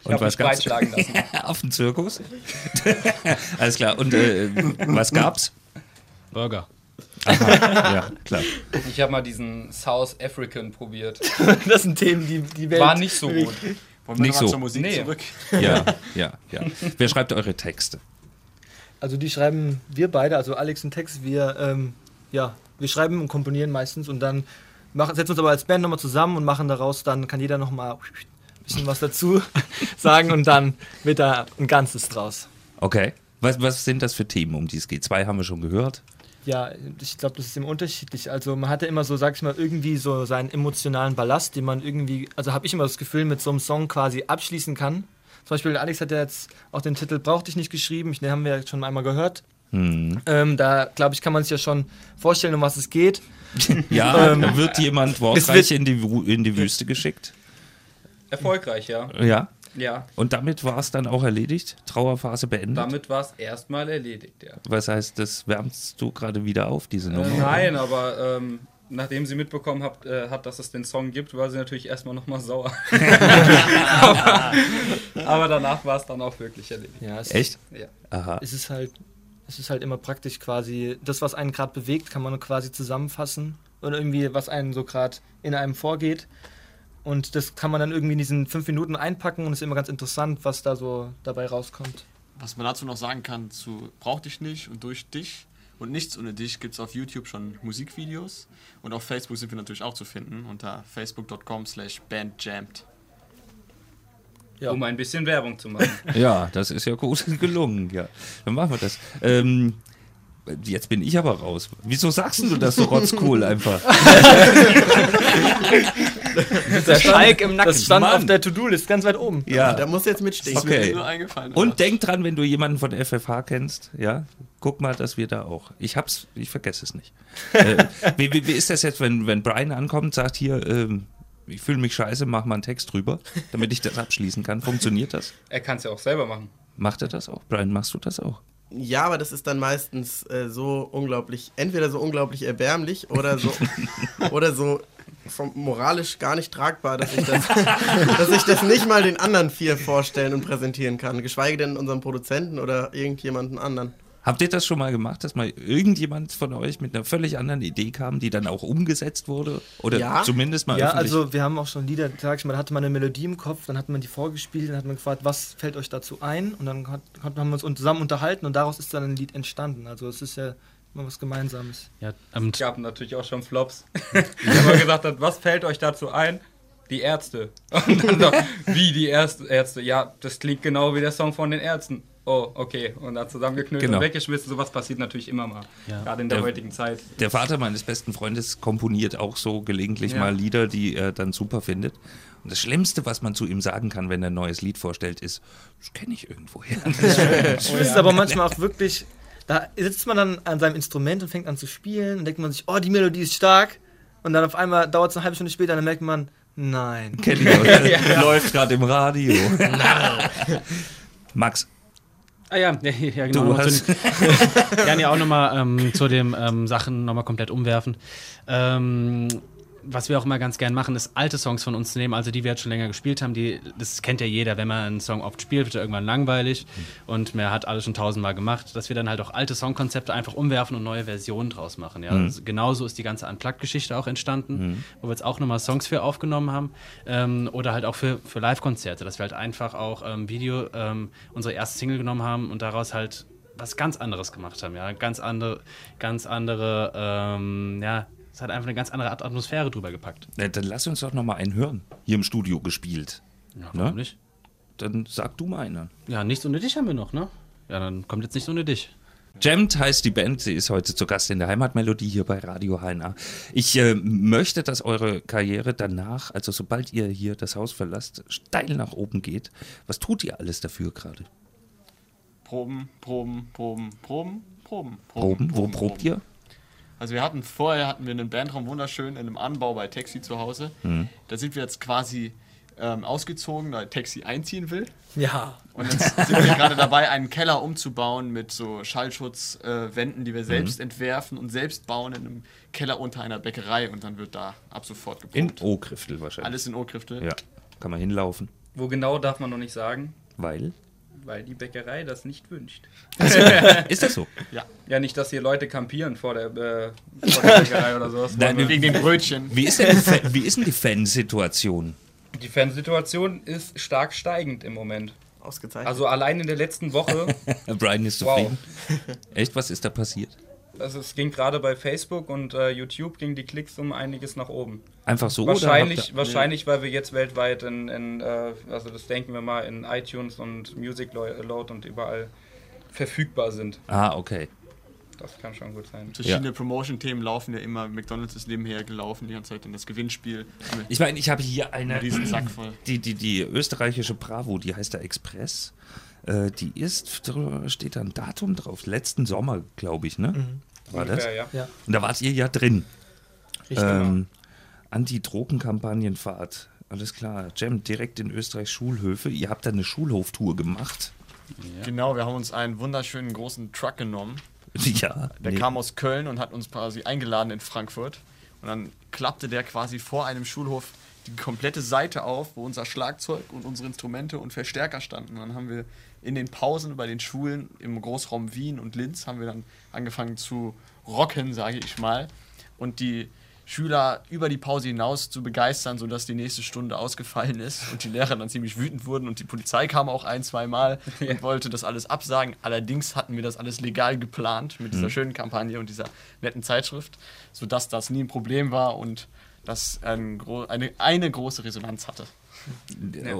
[SPEAKER 3] Ich
[SPEAKER 1] Und
[SPEAKER 3] habe
[SPEAKER 1] was
[SPEAKER 3] mich
[SPEAKER 1] gab's?
[SPEAKER 3] breitschlagen lassen.
[SPEAKER 1] Auf den Zirkus? <laughs> Alles klar. Und äh, was gab's?
[SPEAKER 2] Burger.
[SPEAKER 1] Ja, klar.
[SPEAKER 3] Ich habe mal diesen South African probiert.
[SPEAKER 4] Das sind Themen, die die Welt...
[SPEAKER 3] War nicht so gut.
[SPEAKER 5] Wollen wir
[SPEAKER 1] Nicht
[SPEAKER 5] nochmal
[SPEAKER 1] so.
[SPEAKER 5] zur Musik
[SPEAKER 3] Nee.
[SPEAKER 5] zurück?
[SPEAKER 1] Ja, ja, ja. Wer schreibt eure Texte?
[SPEAKER 4] Also die schreiben wir beide, also Alex und Tex, wir, ähm, ja, wir schreiben und komponieren meistens und dann machen, setzen uns aber als Band nochmal zusammen und machen daraus, dann kann jeder nochmal ein bisschen was dazu <laughs> sagen und dann wird da ein Ganzes draus.
[SPEAKER 1] Okay. Was, was sind das für Themen, um die es geht? Zwei haben wir schon gehört.
[SPEAKER 4] Ja, ich glaube, das ist immer unterschiedlich. Also man hatte immer so, sag ich mal, irgendwie so seinen emotionalen Ballast, den man irgendwie, also habe ich immer das Gefühl, mit so einem Song quasi abschließen kann. Zum Beispiel Alex hat ja jetzt auch den Titel Brauch dich nicht geschrieben, ich, den haben wir ja schon einmal gehört.
[SPEAKER 1] Hm.
[SPEAKER 4] Ähm, da, glaube ich, kann man sich ja schon vorstellen, um was es geht.
[SPEAKER 1] Ja, da Ähm, wird jemand wortreich
[SPEAKER 4] wird-
[SPEAKER 1] in die, Wu- in die Wüste geschickt.
[SPEAKER 3] Erfolgreich, ja.
[SPEAKER 1] Ja.
[SPEAKER 3] Ja,
[SPEAKER 1] Und damit war es dann auch erledigt. Trauerphase beendet.
[SPEAKER 3] damit war es erstmal erledigt, ja.
[SPEAKER 1] Was heißt, das wärmst du gerade wieder auf, diese Nummer?
[SPEAKER 3] Äh, nein, aber ähm, nachdem sie mitbekommen hat, äh, hat, dass es den Song gibt, war sie natürlich erstmal nochmal sauer. aber, aber danach war es dann auch wirklich erledigt.
[SPEAKER 4] Ja, es,
[SPEAKER 1] Echt?
[SPEAKER 3] Ja.
[SPEAKER 1] Aha.
[SPEAKER 4] Es ist halt, es ist halt immer praktisch quasi, das, was einen gerade bewegt, kann man quasi zusammenfassen und irgendwie, was einem so gerade in einem vorgeht. Und das kann man dann irgendwie in diesen fünf Minuten einpacken und ist immer ganz interessant, was da so dabei rauskommt.
[SPEAKER 5] Was man dazu noch sagen kann, zu Brauch dich nicht und durch dich und nichts ohne dich gibt es auf YouTube schon Musikvideos und auf Facebook sind wir natürlich auch zu finden unter facebook.com slash bandjammed.
[SPEAKER 4] Ja.
[SPEAKER 3] Um ein bisschen Werbung zu machen.
[SPEAKER 1] Ja, das ist ja gut <laughs> gelungen. Ja, dann machen wir das. Ähm, jetzt bin ich aber raus. Wieso sagst du das so rotzcool einfach?
[SPEAKER 4] Der Schalk im Nacken. Das stand
[SPEAKER 1] Mann.
[SPEAKER 4] auf der To-Do-List ganz weit oben.
[SPEAKER 6] Da
[SPEAKER 1] Ja.
[SPEAKER 6] muss jetzt mitstehen.
[SPEAKER 1] Okay.
[SPEAKER 5] Mir ist nur eingefallen.
[SPEAKER 1] Und denk dran, wenn du jemanden von FFH kennst, ja, guck mal, dass wir da auch. Ich hab's, ich vergesse es nicht. äh, wie, wie, wie ist das jetzt, wenn, wenn Brian ankommt, sagt hier, ähm, ich fühle mich scheiße, mach mal einen Text drüber, damit ich das abschließen kann. Funktioniert das?
[SPEAKER 3] er kann es ja auch selber machen.
[SPEAKER 1] Macht er das auch? Brian, machst du das auch?
[SPEAKER 6] Ja, aber das ist dann meistens äh, so unglaublich, entweder so unglaublich erbärmlich oder
[SPEAKER 3] <laughs>
[SPEAKER 6] so, oder so vom, moralisch gar nicht tragbar, dass ich, das, <laughs> dass ich das nicht mal den anderen vier vorstellen und präsentieren kann. Geschweige denn unserem Produzenten oder irgendjemanden anderen.
[SPEAKER 1] Habt ihr das schon mal gemacht, dass mal irgendjemand von euch mit einer völlig anderen Idee kam, die dann auch umgesetzt wurde? Oder
[SPEAKER 6] Ja.
[SPEAKER 1] zumindest mal
[SPEAKER 4] Ja,
[SPEAKER 1] öffentlich?
[SPEAKER 4] also wir haben auch schon Lieder, sag ich mal, da hatte man eine Melodie im Kopf, dann hat man die vorgespielt, dann hat man gefragt, was fällt euch dazu ein? Und dann hat, hat, haben wir uns un- zusammen unterhalten und daraus ist dann ein Lied entstanden. Also es ist ja immer was Gemeinsames.
[SPEAKER 2] Ja, ähm,
[SPEAKER 3] Es gab natürlich auch schon Flops. Wo man gesagt hat, was fällt euch dazu ein? Die Ärzte. <laughs> Und dann so, wie die Ärzte? Ärzte? Ja, das klingt genau wie der Song von den Ärzten. Oh, okay. Und dann zusammengeknüllt
[SPEAKER 1] Genau.
[SPEAKER 3] und weggeschmissen. Sowas passiert natürlich immer mal.
[SPEAKER 2] Ja.
[SPEAKER 3] Gerade in der
[SPEAKER 1] Ja.
[SPEAKER 3] heutigen Zeit.
[SPEAKER 1] Der Vater meines besten Freundes komponiert auch so gelegentlich
[SPEAKER 3] Ja.
[SPEAKER 1] mal Lieder, die er dann super findet. Und das Schlimmste, was man zu ihm sagen kann, wenn er ein neues Lied vorstellt, ist, das kenne ich irgendwoher.
[SPEAKER 4] Das ist aber manchmal auch wirklich, da sitzt man dann an seinem Instrument und fängt an zu spielen und denkt man sich, oh, die Melodie ist stark. Und dann auf einmal dauert es eine halbe Stunde später und dann merkt man, nein.
[SPEAKER 1] Kenn ich auch. Läuft gerade im Radio. Max,
[SPEAKER 2] Ah ja, ja, ja genau.
[SPEAKER 1] du
[SPEAKER 2] nochmal zu
[SPEAKER 1] hast...
[SPEAKER 2] den- <laughs> Ich kann ja auch nochmal ähm, zu dem ähm, Sachen nochmal komplett umwerfen. Ähm, was wir auch immer ganz gern machen, ist alte Songs von uns nehmen, also die wir jetzt schon länger gespielt haben. Die, das kennt ja jeder, wenn man einen Song oft spielt, wird er irgendwann langweilig und man hat alles schon tausendmal gemacht, dass wir dann halt auch alte Songkonzepte einfach umwerfen und neue Versionen draus machen. Ja? Also genauso ist die ganze Unplugged-Geschichte auch entstanden, wo wir jetzt auch nochmal Songs für aufgenommen haben ähm, oder halt auch für, für Live-Konzerte, dass wir halt einfach auch ähm, Video, ähm, unsere erste Single genommen haben und daraus halt was ganz anderes gemacht haben, ja, ganz andere, ganz andere, ähm, ja, es hat einfach eine ganz andere At- Atmosphäre drüber gepackt.
[SPEAKER 1] Na, dann lass uns doch nochmal einen hören. Hier im Studio gespielt.
[SPEAKER 2] Ja,
[SPEAKER 1] warum
[SPEAKER 2] nicht?
[SPEAKER 1] Dann sag du mal einen.
[SPEAKER 2] Ja, nichts ohne dich haben wir noch, ne? Ja, dann kommt jetzt nichts ohne dich.
[SPEAKER 1] Jammed heißt die Band, sie ist heute zu Gast in der Heimatmelodie hier bei Radio HNA. Ich äh, möchte, dass eure Karriere danach, also sobald ihr hier das Haus verlasst, steil nach oben geht. Was tut ihr alles dafür gerade?
[SPEAKER 5] Proben, Proben, Proben, Proben, Proben,
[SPEAKER 1] Proben? Wo probt ihr?
[SPEAKER 5] Also wir hatten vorher hatten wir einen Bandraum wunderschön in einem Anbau bei Taxi zu Hause.
[SPEAKER 1] Hm.
[SPEAKER 5] Da sind wir jetzt quasi ähm, ausgezogen, weil Taxi einziehen will.
[SPEAKER 4] Ja.
[SPEAKER 5] Und jetzt sind wir gerade dabei, einen Keller umzubauen mit so Schallschutzwänden, äh, Wänden, die wir selbst entwerfen und selbst bauen in einem Keller unter einer Bäckerei und dann wird da ab sofort
[SPEAKER 1] In
[SPEAKER 5] geprobt.
[SPEAKER 1] Ohrgriftel wahrscheinlich.
[SPEAKER 5] Alles in Urkrifte.
[SPEAKER 1] Ja, kann man hinlaufen,
[SPEAKER 3] Wo genau darf man noch nicht sagen,
[SPEAKER 1] weil.
[SPEAKER 3] weil die Bäckerei das nicht wünscht.
[SPEAKER 1] Ist das so?
[SPEAKER 3] Ja, nicht, dass hier Leute kampieren vor der, äh, vor der Bäckerei oder sowas.
[SPEAKER 1] <laughs> Nein, wir-
[SPEAKER 5] Wegen den <laughs> Brötchen.
[SPEAKER 1] Wie ist denn die, Fa- wie ist denn die Fansituation? <laughs>
[SPEAKER 3] die Fansituation ist stark steigend im Moment.
[SPEAKER 6] Ausgezeichnet.
[SPEAKER 3] Also allein in der
[SPEAKER 1] <laughs>
[SPEAKER 3] letzten Woche,
[SPEAKER 1] Brian ist
[SPEAKER 3] wow.
[SPEAKER 1] zufrieden. Echt, was ist da passiert?
[SPEAKER 3] Also es ging gerade bei Facebook und äh, YouTube ging die Klicks um einiges nach oben.
[SPEAKER 1] Einfach so oder? habt
[SPEAKER 3] wahrscheinlich,
[SPEAKER 1] ihr-
[SPEAKER 3] wahrscheinlich, weil wir jetzt weltweit in, in äh, also das denken wir mal, in iTunes und Music Lo- Load und überall verfügbar sind.
[SPEAKER 1] Ah, okay.
[SPEAKER 3] Das kann schon gut sein.
[SPEAKER 5] Verschiedene Promotion-Themen laufen ja immer. McDonalds ist nebenher gelaufen die ganze Zeit in das Gewinnspiel. Mit
[SPEAKER 1] Ich meine, ich habe hier eine.
[SPEAKER 5] einem riesen Sack voll.
[SPEAKER 1] Die, die, die österreichische Bravo, die heißt da Express. Äh, die ist, da steht da ein Datum drauf. Letzten Sommer, glaube ich, ne? War das?
[SPEAKER 3] Mhm. Ungefähr, ja. genau.
[SPEAKER 4] Ja.
[SPEAKER 1] Und da wart ihr ja drin.
[SPEAKER 4] Richtig.
[SPEAKER 1] Ähm, Anti-Drogen-Kampagnenfahrt. Alles klar. Jam, direkt in Österreich Schulhöfe. Ihr habt da eine Schulhoftour gemacht. <laughs>
[SPEAKER 5] Genau, wir haben uns einen wunderschönen großen Truck genommen.
[SPEAKER 1] Ja.
[SPEAKER 5] Der
[SPEAKER 1] nee.
[SPEAKER 5] kam aus Köln und hat uns quasi eingeladen in Frankfurt. Und dann klappte der quasi vor einem Schulhof die komplette Seite auf, wo unser Schlagzeug und unsere Instrumente und Verstärker standen. Und dann haben wir in den Pausen bei den Schulen im Großraum Wien und Linz haben wir dann angefangen zu rocken, sage ich mal. Und die Schüler über die Pause hinaus zu begeistern, sodass die nächste Stunde ausgefallen ist und die Lehrer dann ziemlich wütend wurden und die Polizei kam auch ein, zweimal und wollte das alles absagen. Allerdings hatten wir das alles legal geplant mit dieser schönen Kampagne und dieser netten Zeitschrift, sodass das nie ein Problem war und das ein gro eine, eine große Resonanz hatte.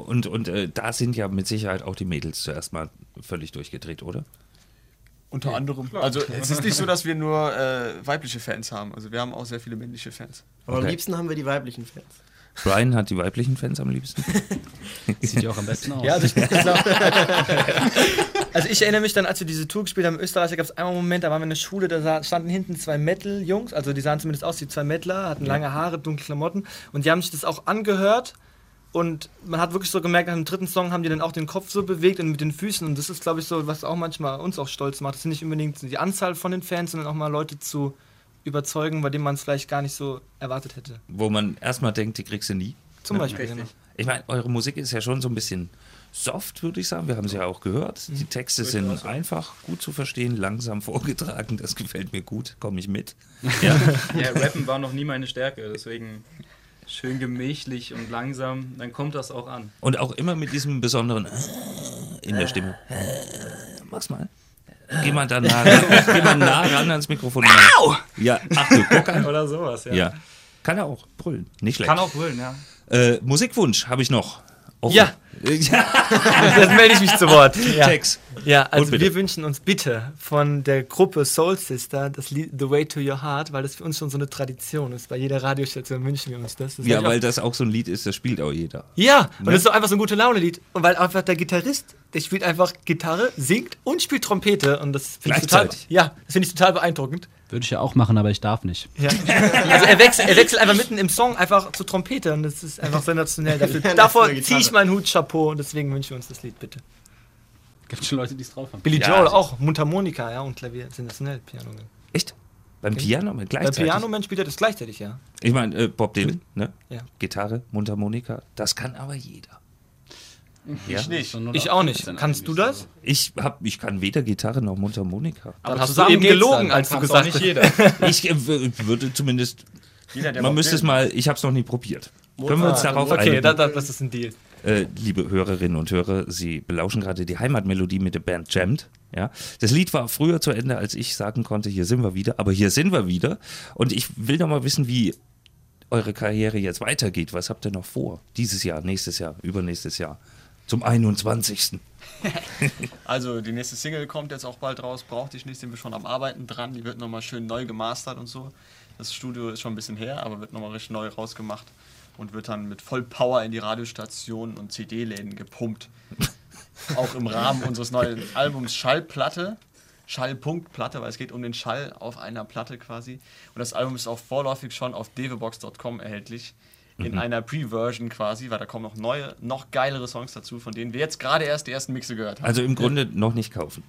[SPEAKER 1] Und, und äh, da sind ja mit Sicherheit auch die Mädels zuerst mal völlig durchgedreht, oder?
[SPEAKER 5] Unter anderem. Also es ist nicht so, dass wir nur äh, weibliche Fans haben. Also wir haben auch sehr viele männliche Fans.
[SPEAKER 6] Aber
[SPEAKER 1] Okay.
[SPEAKER 6] am liebsten haben wir die weiblichen Fans.
[SPEAKER 1] Brian hat die weiblichen Fans am liebsten.
[SPEAKER 2] Sieht ja auch am besten aus.
[SPEAKER 4] Ja, also ich, ich glaub, Also ich erinnere mich dann, als wir diese Tour gespielt haben in Österreich, da gab es einmal einen Moment, da waren wir in der Schule, da sa- standen hinten zwei Metal-Jungs, also die sahen zumindest aus wie zwei Metaler, hatten lange Haare, dunkle Klamotten und die haben sich das auch angehört und man hat wirklich so gemerkt, nach dem dritten Song haben die dann auch den Kopf so bewegt und mit den Füßen und das ist, glaube ich, so, was auch manchmal uns auch stolz macht. Das sind nicht unbedingt die Anzahl von den Fans, sondern auch mal Leute zu überzeugen, bei denen man es vielleicht gar nicht so erwartet hätte.
[SPEAKER 1] Wo man erstmal denkt, die kriegst du nie.
[SPEAKER 4] Zum Beispiel. Genau. <laughs>
[SPEAKER 1] Ich meine, eure Musik ist ja schon so ein bisschen soft, würde ich sagen. Wir haben sie ja auch gehört. Die Texte sind einfach, gut zu verstehen, langsam vorgetragen. Das gefällt mir gut, komme ich mit.
[SPEAKER 3] Ja, Rappen war noch nie meine Stärke, deswegen schön gemächlich und langsam, dann kommt das auch an.
[SPEAKER 1] Und auch immer mit diesem besonderen <sniffs> in der Stimme. Mach's mal. Geh mal da nah ran, geh mal nah ran ans Mikrofon. Au! Ja, ach du, guck an.
[SPEAKER 3] Oder sowas, ja.
[SPEAKER 1] Ja. Kann er auch brüllen, nicht schlecht.
[SPEAKER 3] Kann auch brüllen, ja.
[SPEAKER 1] Äh, Musikwunsch habe ich noch. Oh.
[SPEAKER 4] Ja.
[SPEAKER 1] <laughs> ja.
[SPEAKER 4] Jetzt melde ich mich zu Wort. Ja.
[SPEAKER 1] Text.
[SPEAKER 4] Ja, also
[SPEAKER 1] bitte.
[SPEAKER 4] wir wünschen uns bitte von der Gruppe Soul Sister das Lied The Way to Your Heart, weil das für uns schon so eine Tradition ist. Bei jeder Radiostation wünschen wir uns das. das
[SPEAKER 1] Ja,
[SPEAKER 4] hab ich
[SPEAKER 1] weil ne? das auch so ein Lied ist, das spielt auch jeder.
[SPEAKER 4] auch, ja und das ist auch einfach so ein gute Laune-Lied. Und weil einfach der Gitarrist, der spielt einfach Gitarre, singt und spielt Trompete. Und das finde ich, total-
[SPEAKER 1] Gleichzeitig.
[SPEAKER 4] ja, das finde ich total beeindruckend.
[SPEAKER 2] Würde ich ja auch machen, aber ich darf nicht.
[SPEAKER 4] Ja. Also er wechselt, er wechselt einfach mitten im Song einfach zur Trompete und das ist einfach sensationell. Dafür,
[SPEAKER 6] Ja, das
[SPEAKER 4] davor
[SPEAKER 6] ist eine
[SPEAKER 4] ziehe ich
[SPEAKER 6] Gitarre.
[SPEAKER 4] meinen Hut Chapeau und deswegen wünschen wir uns das Lied bitte.
[SPEAKER 2] Gibt schon Leute, die es drauf haben.
[SPEAKER 4] Billy
[SPEAKER 1] Ja,
[SPEAKER 4] Joel
[SPEAKER 1] also-
[SPEAKER 4] auch, Mundharmonika ja, und Klavier, sensationell, Piano. ne?
[SPEAKER 1] Echt? Beim Piano mit
[SPEAKER 4] Beim
[SPEAKER 1] gleichzeitig.
[SPEAKER 4] Pianoman spielt er das gleichzeitig, ja.
[SPEAKER 1] Ich meine, äh, Bob Dylan, ne?
[SPEAKER 4] Ja.
[SPEAKER 1] Gitarre, Mundharmonika, das kann aber jeder. Ja.
[SPEAKER 5] Ich nicht.
[SPEAKER 4] Ich auch nicht. Kannst du das?
[SPEAKER 1] Ich, hab, ich kann weder Gitarre noch Mundharmonika.
[SPEAKER 4] Dann
[SPEAKER 5] Aber
[SPEAKER 4] hast du
[SPEAKER 5] zusammen
[SPEAKER 4] eben
[SPEAKER 5] geht's
[SPEAKER 4] gelogen,
[SPEAKER 5] dann.
[SPEAKER 4] als du
[SPEAKER 3] Kann's
[SPEAKER 4] gesagt
[SPEAKER 3] auch
[SPEAKER 4] hast.
[SPEAKER 3] nicht jeder.
[SPEAKER 1] Ich äh, w- würde zumindest,
[SPEAKER 5] Jeder, der
[SPEAKER 1] man
[SPEAKER 5] Bob
[SPEAKER 1] müsste es
[SPEAKER 5] Dylan-
[SPEAKER 1] mal, ich habe es noch nie probiert. Können wir uns darauf
[SPEAKER 4] Okay,
[SPEAKER 1] einigen?
[SPEAKER 4] da, da, das ist ein Deal.
[SPEAKER 1] Äh, liebe Hörerinnen und Hörer, Sie belauschen gerade die Heimatmelodie mit der Band Jammed. Ja, das Lied war früher zu Ende, als ich sagen konnte, hier sind wir wieder, aber hier sind wir wieder. Und ich will noch mal wissen, wie eure Karriere jetzt weitergeht. Was habt ihr noch vor? Dieses Jahr, nächstes Jahr, übernächstes Jahr, zum 21.
[SPEAKER 5] Also die nächste Single kommt jetzt auch bald raus, braucht ich nicht, sind wir schon am Arbeiten dran. Die wird nochmal schön neu gemastert und so. Das Studio ist schon ein bisschen her, aber wird nochmal richtig neu rausgemacht und wird dann mit Vollpower in die Radiostationen und CD-Läden gepumpt. auch im Rahmen unseres neuen Albums Schallplatte. Schallpunktplatte, weil es geht um den Schall auf einer Platte quasi. Und das Album ist auch vorläufig schon auf devebox.com erhältlich. In einer Pre-Version quasi, weil da kommen noch neue, noch geilere Songs dazu, von denen wir jetzt gerade erst die ersten Mixe gehört haben.
[SPEAKER 1] Also im Grunde noch nicht kaufen.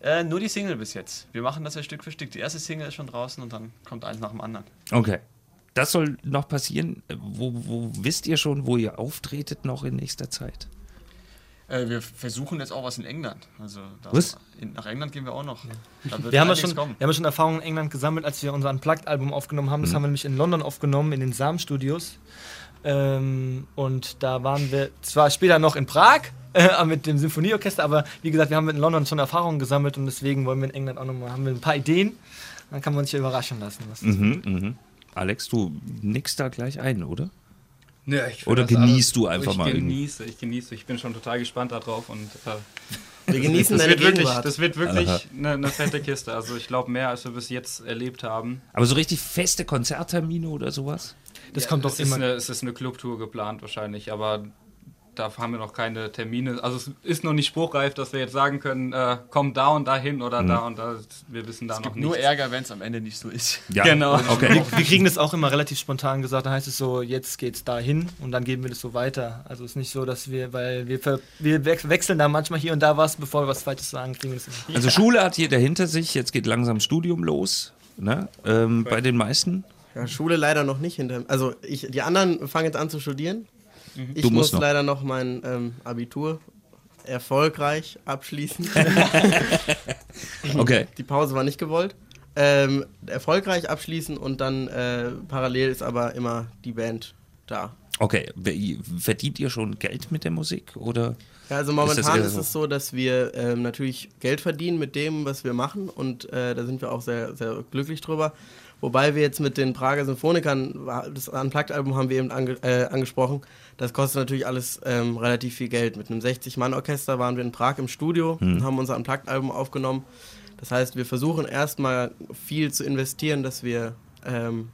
[SPEAKER 5] Äh, nur die Single bis jetzt. Wir machen das ja Stück für Stück. Die erste Single ist schon draußen und dann kommt eins nach dem anderen.
[SPEAKER 1] Okay. Das soll noch passieren. Wo, wo wisst ihr schon, wo ihr auftretet noch in nächster Zeit?
[SPEAKER 5] Äh, wir versuchen jetzt auch was in England. Also da
[SPEAKER 1] Was?
[SPEAKER 5] In, nach England gehen wir auch noch. Da wird
[SPEAKER 4] Wir haben, ja
[SPEAKER 5] einiges
[SPEAKER 4] schon,
[SPEAKER 5] kommen.
[SPEAKER 4] wir haben ja schon Erfahrungen in England gesammelt, als wir unser Unplugged-Album aufgenommen haben. Das
[SPEAKER 1] Mhm.
[SPEAKER 4] haben wir nämlich in London aufgenommen, in den Sam-Studios. Ähm, und da waren wir zwar später noch in Prag <laughs> äh, mit dem Symphonieorchester, aber wie gesagt, wir haben in London schon Erfahrungen gesammelt und deswegen wollen wir in England auch nochmal, haben wir ein paar Ideen. Dann kann man sich ja überraschen lassen. Was
[SPEAKER 1] Mhm, mhm. Alex, du nickst da gleich ein, oder?
[SPEAKER 3] Nö, ich find
[SPEAKER 1] Oder
[SPEAKER 3] das
[SPEAKER 1] genießt
[SPEAKER 3] alles- Also
[SPEAKER 1] du einfach
[SPEAKER 3] ich
[SPEAKER 1] mal irgendwie?
[SPEAKER 3] Genieße, ich genieße, ich bin schon total gespannt darauf und äh,
[SPEAKER 6] Wir genießen
[SPEAKER 3] das,
[SPEAKER 6] deine
[SPEAKER 3] wird wirklich,
[SPEAKER 6] Gegenwart.
[SPEAKER 3] das wird wirklich
[SPEAKER 1] Aha.
[SPEAKER 3] eine eine fette Kiste. Also ich glaube mehr, als wir bis jetzt erlebt haben.
[SPEAKER 1] Aber so richtig feste Konzerttermine oder sowas?
[SPEAKER 4] Das kommt doch
[SPEAKER 3] es ist
[SPEAKER 4] immer.
[SPEAKER 3] Eine, es ist eine Clubtour geplant wahrscheinlich, aber da haben wir noch keine Termine. Also es ist noch nicht spruchreif, dass wir jetzt sagen können, äh, komm da und dahin oder
[SPEAKER 1] Hm.
[SPEAKER 3] da und da. Wir wissen da
[SPEAKER 5] Es
[SPEAKER 3] noch
[SPEAKER 5] gibt
[SPEAKER 3] nichts.
[SPEAKER 5] nur Ärger, wenn es am Ende nicht so ist.
[SPEAKER 1] Ja.
[SPEAKER 3] Genau.
[SPEAKER 1] Okay.
[SPEAKER 4] Wir kriegen das auch immer relativ spontan gesagt. Dann heißt es so, jetzt geht's dahin und dann geben wir das so weiter. Also es ist nicht so, dass wir, weil wir, ver- wir wech- wechseln da manchmal hier und da was, bevor wir was Falsches sagen, kriegen wir das immer.
[SPEAKER 1] Also Schule hat jeder hinter sich, jetzt geht langsam Studium los. Ne? Ähm, bei den meisten.
[SPEAKER 6] Ja, Schule leider noch nicht hinter. Also ich, die anderen fangen jetzt an zu studieren. Ich
[SPEAKER 1] Mhm. Du musst
[SPEAKER 6] muss
[SPEAKER 1] noch.
[SPEAKER 6] leider noch mein ähm, Abitur erfolgreich
[SPEAKER 1] <laughs>
[SPEAKER 6] abschließen.
[SPEAKER 3] Mhm.
[SPEAKER 1] Okay.
[SPEAKER 6] die Pause war nicht gewollt. Ähm, erfolgreich abschließen und dann äh, parallel ist aber immer die Band da.
[SPEAKER 1] Okay. Wer- Verdient ihr schon Geld mit der Musik? Oder?
[SPEAKER 6] Ja, also
[SPEAKER 1] das
[SPEAKER 6] momentan
[SPEAKER 1] eher
[SPEAKER 6] ist,
[SPEAKER 1] so?
[SPEAKER 6] es so, dass wir ähm, natürlich Geld verdienen mit dem, was wir machen und äh, da sind wir auch sehr, sehr glücklich drüber. Wobei wir jetzt mit den Prager Symphonikern, war- das Unplugged-Album haben wir eben ange äh, angesprochen, das kostet natürlich alles ähm, relativ viel Geld. Mit einem 60-Mann-Orchester waren wir in Prag im Studio
[SPEAKER 1] Hm.
[SPEAKER 6] und haben unser Unplugged-Album aufgenommen. Das heißt, wir versuchen erstmal viel zu investieren, dass wir ähm,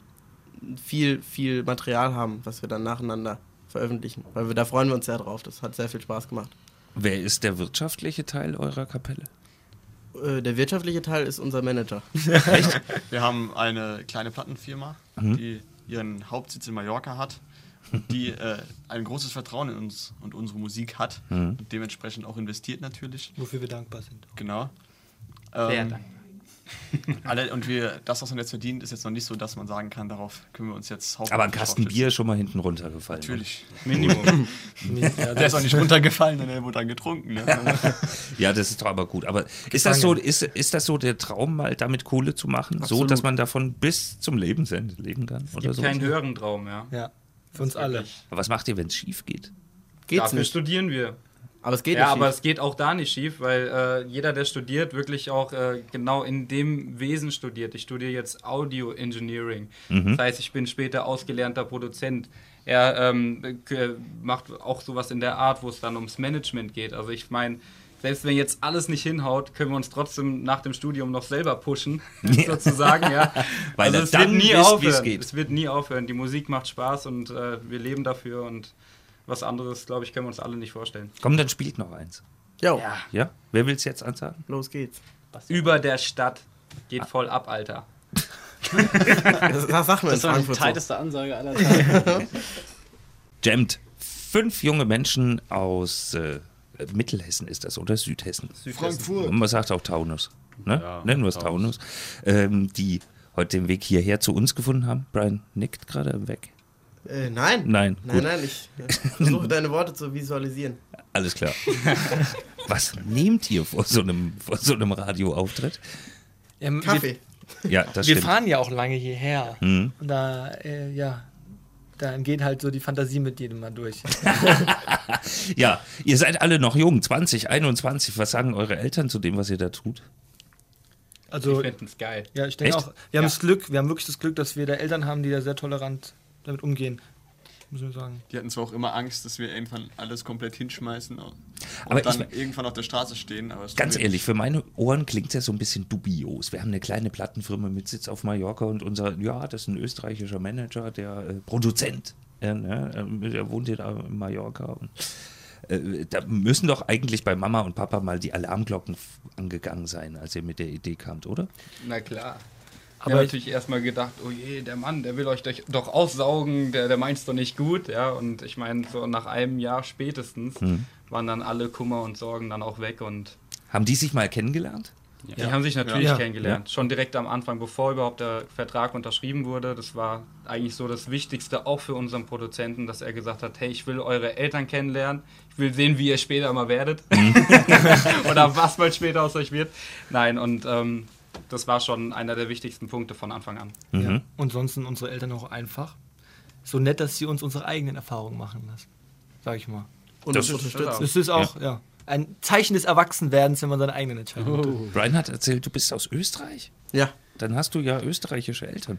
[SPEAKER 6] viel, viel Material haben, was wir dann nacheinander veröffentlichen. Weil wir, da freuen wir uns sehr drauf. Das hat sehr viel Spaß gemacht.
[SPEAKER 1] Wer ist der wirtschaftliche Teil eurer Kapelle?
[SPEAKER 6] Äh, der wirtschaftliche Teil ist
[SPEAKER 1] <laughs>
[SPEAKER 6] unser Manager.
[SPEAKER 5] <laughs> Wir haben eine kleine Plattenfirma,
[SPEAKER 4] Mhm.
[SPEAKER 5] die ihren Hauptsitz in Mallorca hat, die äh, ein großes Vertrauen in uns und unsere Musik hat
[SPEAKER 4] Mhm.
[SPEAKER 5] und dementsprechend auch investiert natürlich.
[SPEAKER 4] Wofür wir
[SPEAKER 5] <laughs>
[SPEAKER 4] dankbar sind.
[SPEAKER 5] Genau.
[SPEAKER 3] Sehr
[SPEAKER 5] Ähm, <laughs> alle, und wir, das, was man jetzt verdient, ist jetzt noch nicht so, dass man sagen kann, darauf können wir uns jetzt
[SPEAKER 1] Aber ein
[SPEAKER 5] hauptsächlich
[SPEAKER 1] Kasten
[SPEAKER 5] draufstützen.
[SPEAKER 1] Bier ist schon mal hinten runtergefallen.
[SPEAKER 5] Natürlich.
[SPEAKER 3] <laughs> Minimum.
[SPEAKER 5] Der ist auch nicht runtergefallen, denn er wurde dann getrunken.
[SPEAKER 1] <laughs>
[SPEAKER 5] Ne?
[SPEAKER 1] Ja, das ist doch aber gut. Aber ist das, so, ist, ist das so der Traum, mal damit Kohle zu machen? So, dass man davon bis zum Lebensende leben kann? Oder so?
[SPEAKER 6] ne?
[SPEAKER 3] Keinen höheren Traum, ja.
[SPEAKER 4] Ja, für uns alle.
[SPEAKER 1] Aber was macht ihr, wenn es schief geht?
[SPEAKER 6] Geht's
[SPEAKER 3] Dafür
[SPEAKER 6] nicht.
[SPEAKER 3] studieren wir.
[SPEAKER 6] Aber es geht
[SPEAKER 3] ja,
[SPEAKER 6] nicht.
[SPEAKER 3] aber
[SPEAKER 6] schief.
[SPEAKER 3] es geht auch da nicht schief, weil äh, jeder, der studiert, wirklich auch äh, genau in dem Wesen studiert. Ich studiere jetzt Audio Engineering.
[SPEAKER 6] Mhm.
[SPEAKER 3] Das heißt, ich bin später ausgelernter Produzent. Er ähm, k- macht auch sowas in der Art, wo es dann ums Management geht. Also ich meine, selbst wenn jetzt alles nicht hinhaut, können wir uns trotzdem nach dem Studium noch selber pushen, <laughs> sozusagen.
[SPEAKER 6] <laughs>
[SPEAKER 3] Ja.
[SPEAKER 1] Weil
[SPEAKER 3] also
[SPEAKER 1] ihr
[SPEAKER 3] es
[SPEAKER 1] dann
[SPEAKER 3] wird nie
[SPEAKER 1] wisst, wie es
[SPEAKER 3] aufhören.
[SPEAKER 1] geht.
[SPEAKER 3] Es wird nie aufhören. Die Musik macht Spaß und äh, wir leben dafür und was anderes, glaube ich, können wir uns alle nicht vorstellen.
[SPEAKER 1] Komm, dann spielt noch eins.
[SPEAKER 6] Jo,
[SPEAKER 1] Ja? Wer will es jetzt ansagen? <laughs>
[SPEAKER 6] los geht's.
[SPEAKER 3] über der Stadt. Geht voll ab, Alter.
[SPEAKER 6] Das, das sagt man in
[SPEAKER 7] Das war die
[SPEAKER 6] Frankfurt so.
[SPEAKER 7] tighteste Ansage aller Zeiten.
[SPEAKER 1] Jammed. Fünf junge Menschen aus äh, Mittelhessen ist das, oder? Südhessen.
[SPEAKER 7] Frankfurt.
[SPEAKER 1] Man sagt auch Taunus. Ne?
[SPEAKER 2] Ja,
[SPEAKER 1] Nennen wir es Taunus. Ähm, die heute den Weg hierher zu uns gefunden haben. Brian nickt gerade weg.
[SPEAKER 6] Äh, nein.
[SPEAKER 1] Nein,
[SPEAKER 6] Nein,
[SPEAKER 1] gut.
[SPEAKER 6] nein,
[SPEAKER 1] <laughs>
[SPEAKER 6] ich äh, versuche deine Worte zu visualisieren.
[SPEAKER 1] Alles klar. Was nehmt ihr vor so einem, vor so einem Radioauftritt?
[SPEAKER 4] Ja, wir,
[SPEAKER 6] Kaffee.
[SPEAKER 1] Ja, das
[SPEAKER 4] wir
[SPEAKER 1] stimmt.
[SPEAKER 4] fahren ja auch lange hierher.
[SPEAKER 1] Hm.
[SPEAKER 4] Und da, äh, ja, da geht halt so die Fantasie mit jedem mal durch.
[SPEAKER 1] Ja, ihr seid alle noch jung, 20, 21. Was sagen eure Eltern zu dem, was ihr da tut?
[SPEAKER 4] Also,
[SPEAKER 3] Die finden es geil.
[SPEAKER 4] ja, ich denke
[SPEAKER 1] Echt?
[SPEAKER 4] auch, wir
[SPEAKER 3] Ja.
[SPEAKER 4] haben das Glück, wir haben wirklich das Glück, dass wir da Eltern haben, die da sehr tolerant damit umgehen. Muss ich sagen.
[SPEAKER 5] Die hatten zwar auch immer Angst, dass wir irgendwann alles komplett hinschmeißen und
[SPEAKER 1] Aber
[SPEAKER 5] dann
[SPEAKER 1] ich-
[SPEAKER 5] irgendwann auf der Straße stehen. Aber es tun
[SPEAKER 1] Ganz
[SPEAKER 5] wir
[SPEAKER 1] ehrlich, für meine Ohren klingt das so ein bisschen dubios. Wir haben eine kleine Plattenfirma mit Sitz auf Mallorca und unser, ja, das ist ein österreichischer Manager, der äh, Produzent, äh, ne, ähm, der wohnt hier da in Mallorca. Und, äh, da müssen doch eigentlich bei Mama und Papa mal die Alarmglocken f- angegangen sein, als ihr mit der Idee kamt, oder?
[SPEAKER 3] Na klar.
[SPEAKER 4] Aber
[SPEAKER 3] Aber ja,
[SPEAKER 4] ich-
[SPEAKER 3] natürlich erstmal gedacht, oh je, der Mann, der will euch doch- doch aussaugen, der, der meint's doch nicht gut, ja. Und ich meine, so nach einem Jahr spätestens
[SPEAKER 1] Mhm.
[SPEAKER 3] waren dann alle Kummer und Sorgen dann auch weg und
[SPEAKER 1] Haben die sich mal kennengelernt?
[SPEAKER 3] die haben sich natürlich
[SPEAKER 4] Ja.
[SPEAKER 3] kennengelernt. Schon direkt am Anfang, bevor überhaupt der Vertrag unterschrieben wurde. Das war eigentlich so das Wichtigste auch für unseren Produzenten, dass er gesagt hat, hey, ich will eure Eltern kennenlernen, ich will sehen, wie ihr später mal werdet.
[SPEAKER 2] Mhm.
[SPEAKER 3] <laughs> Oder was mal später aus euch wird. Nein, und ähm, das war schon einer der wichtigsten Punkte von Anfang an.
[SPEAKER 1] Mhm.
[SPEAKER 4] Ja. Und sonst sind unsere Eltern auch einfach so nett, dass sie uns unsere eigenen Erfahrungen machen lassen. Sag ich mal.
[SPEAKER 6] Und
[SPEAKER 1] Das-
[SPEAKER 6] das unterstützt.
[SPEAKER 4] Es ist auch, ja. Oh, Ein Zeichen des Erwachsenwerdens, wenn man seine eigenen Entscheidungen trifft.
[SPEAKER 1] Brian hat erzählt, du bist aus Österreich.
[SPEAKER 6] Ja,
[SPEAKER 1] Dann hast du ja österreichische <laughs> Eltern.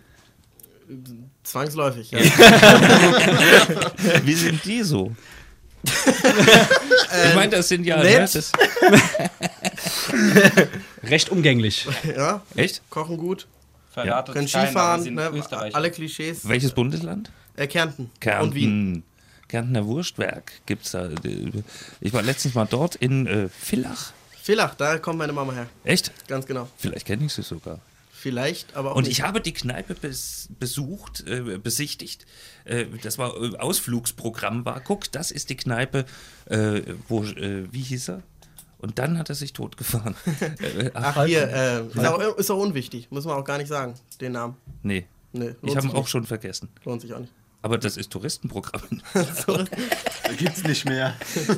[SPEAKER 6] zwangsläufig. Ja.
[SPEAKER 1] Wie sind die <laughs> so? ich meine, das sind ja. Ne,
[SPEAKER 6] nett.
[SPEAKER 1] das,
[SPEAKER 2] Recht umgänglich.
[SPEAKER 6] <laughs> ja,
[SPEAKER 1] echt?
[SPEAKER 6] kochen gut,
[SPEAKER 3] Verratet
[SPEAKER 6] können Skifahren, ne, alle Klischees.
[SPEAKER 1] Welches Bundesland?
[SPEAKER 6] Äh, Kärnten.
[SPEAKER 1] Kärnten.
[SPEAKER 6] und Wien.
[SPEAKER 1] Kärntner Wurstwerk gibt es da. Ich war letztens mal dort in äh, Villach.
[SPEAKER 6] Villach, da kommt meine Mama her.
[SPEAKER 1] Echt?
[SPEAKER 6] Ganz genau.
[SPEAKER 1] Vielleicht kenne ich sie sogar.
[SPEAKER 6] Vielleicht, aber auch
[SPEAKER 1] Und
[SPEAKER 6] nicht.
[SPEAKER 1] ich habe die Kneipe bes besucht, äh, besichtigt. Äh, das war äh, Ausflugsprogramm war. Guck, das ist die Kneipe, äh, wo, äh, wie hieß er? Und dann hat er sich totgefahren. <laughs> äh, ach,
[SPEAKER 6] Ach, hier, äh, ist, auch, ist auch unwichtig. Muss man auch gar nicht sagen, den Namen.
[SPEAKER 1] nee.
[SPEAKER 6] Nee,
[SPEAKER 1] Ich
[SPEAKER 6] lohnt
[SPEAKER 1] habe
[SPEAKER 6] sich
[SPEAKER 1] ihn auch
[SPEAKER 6] nicht.
[SPEAKER 1] schon vergessen.
[SPEAKER 6] Lohnt sich auch nicht.
[SPEAKER 1] Aber das ist Touristenprogramm. <laughs>
[SPEAKER 5] Da gibt's nicht mehr.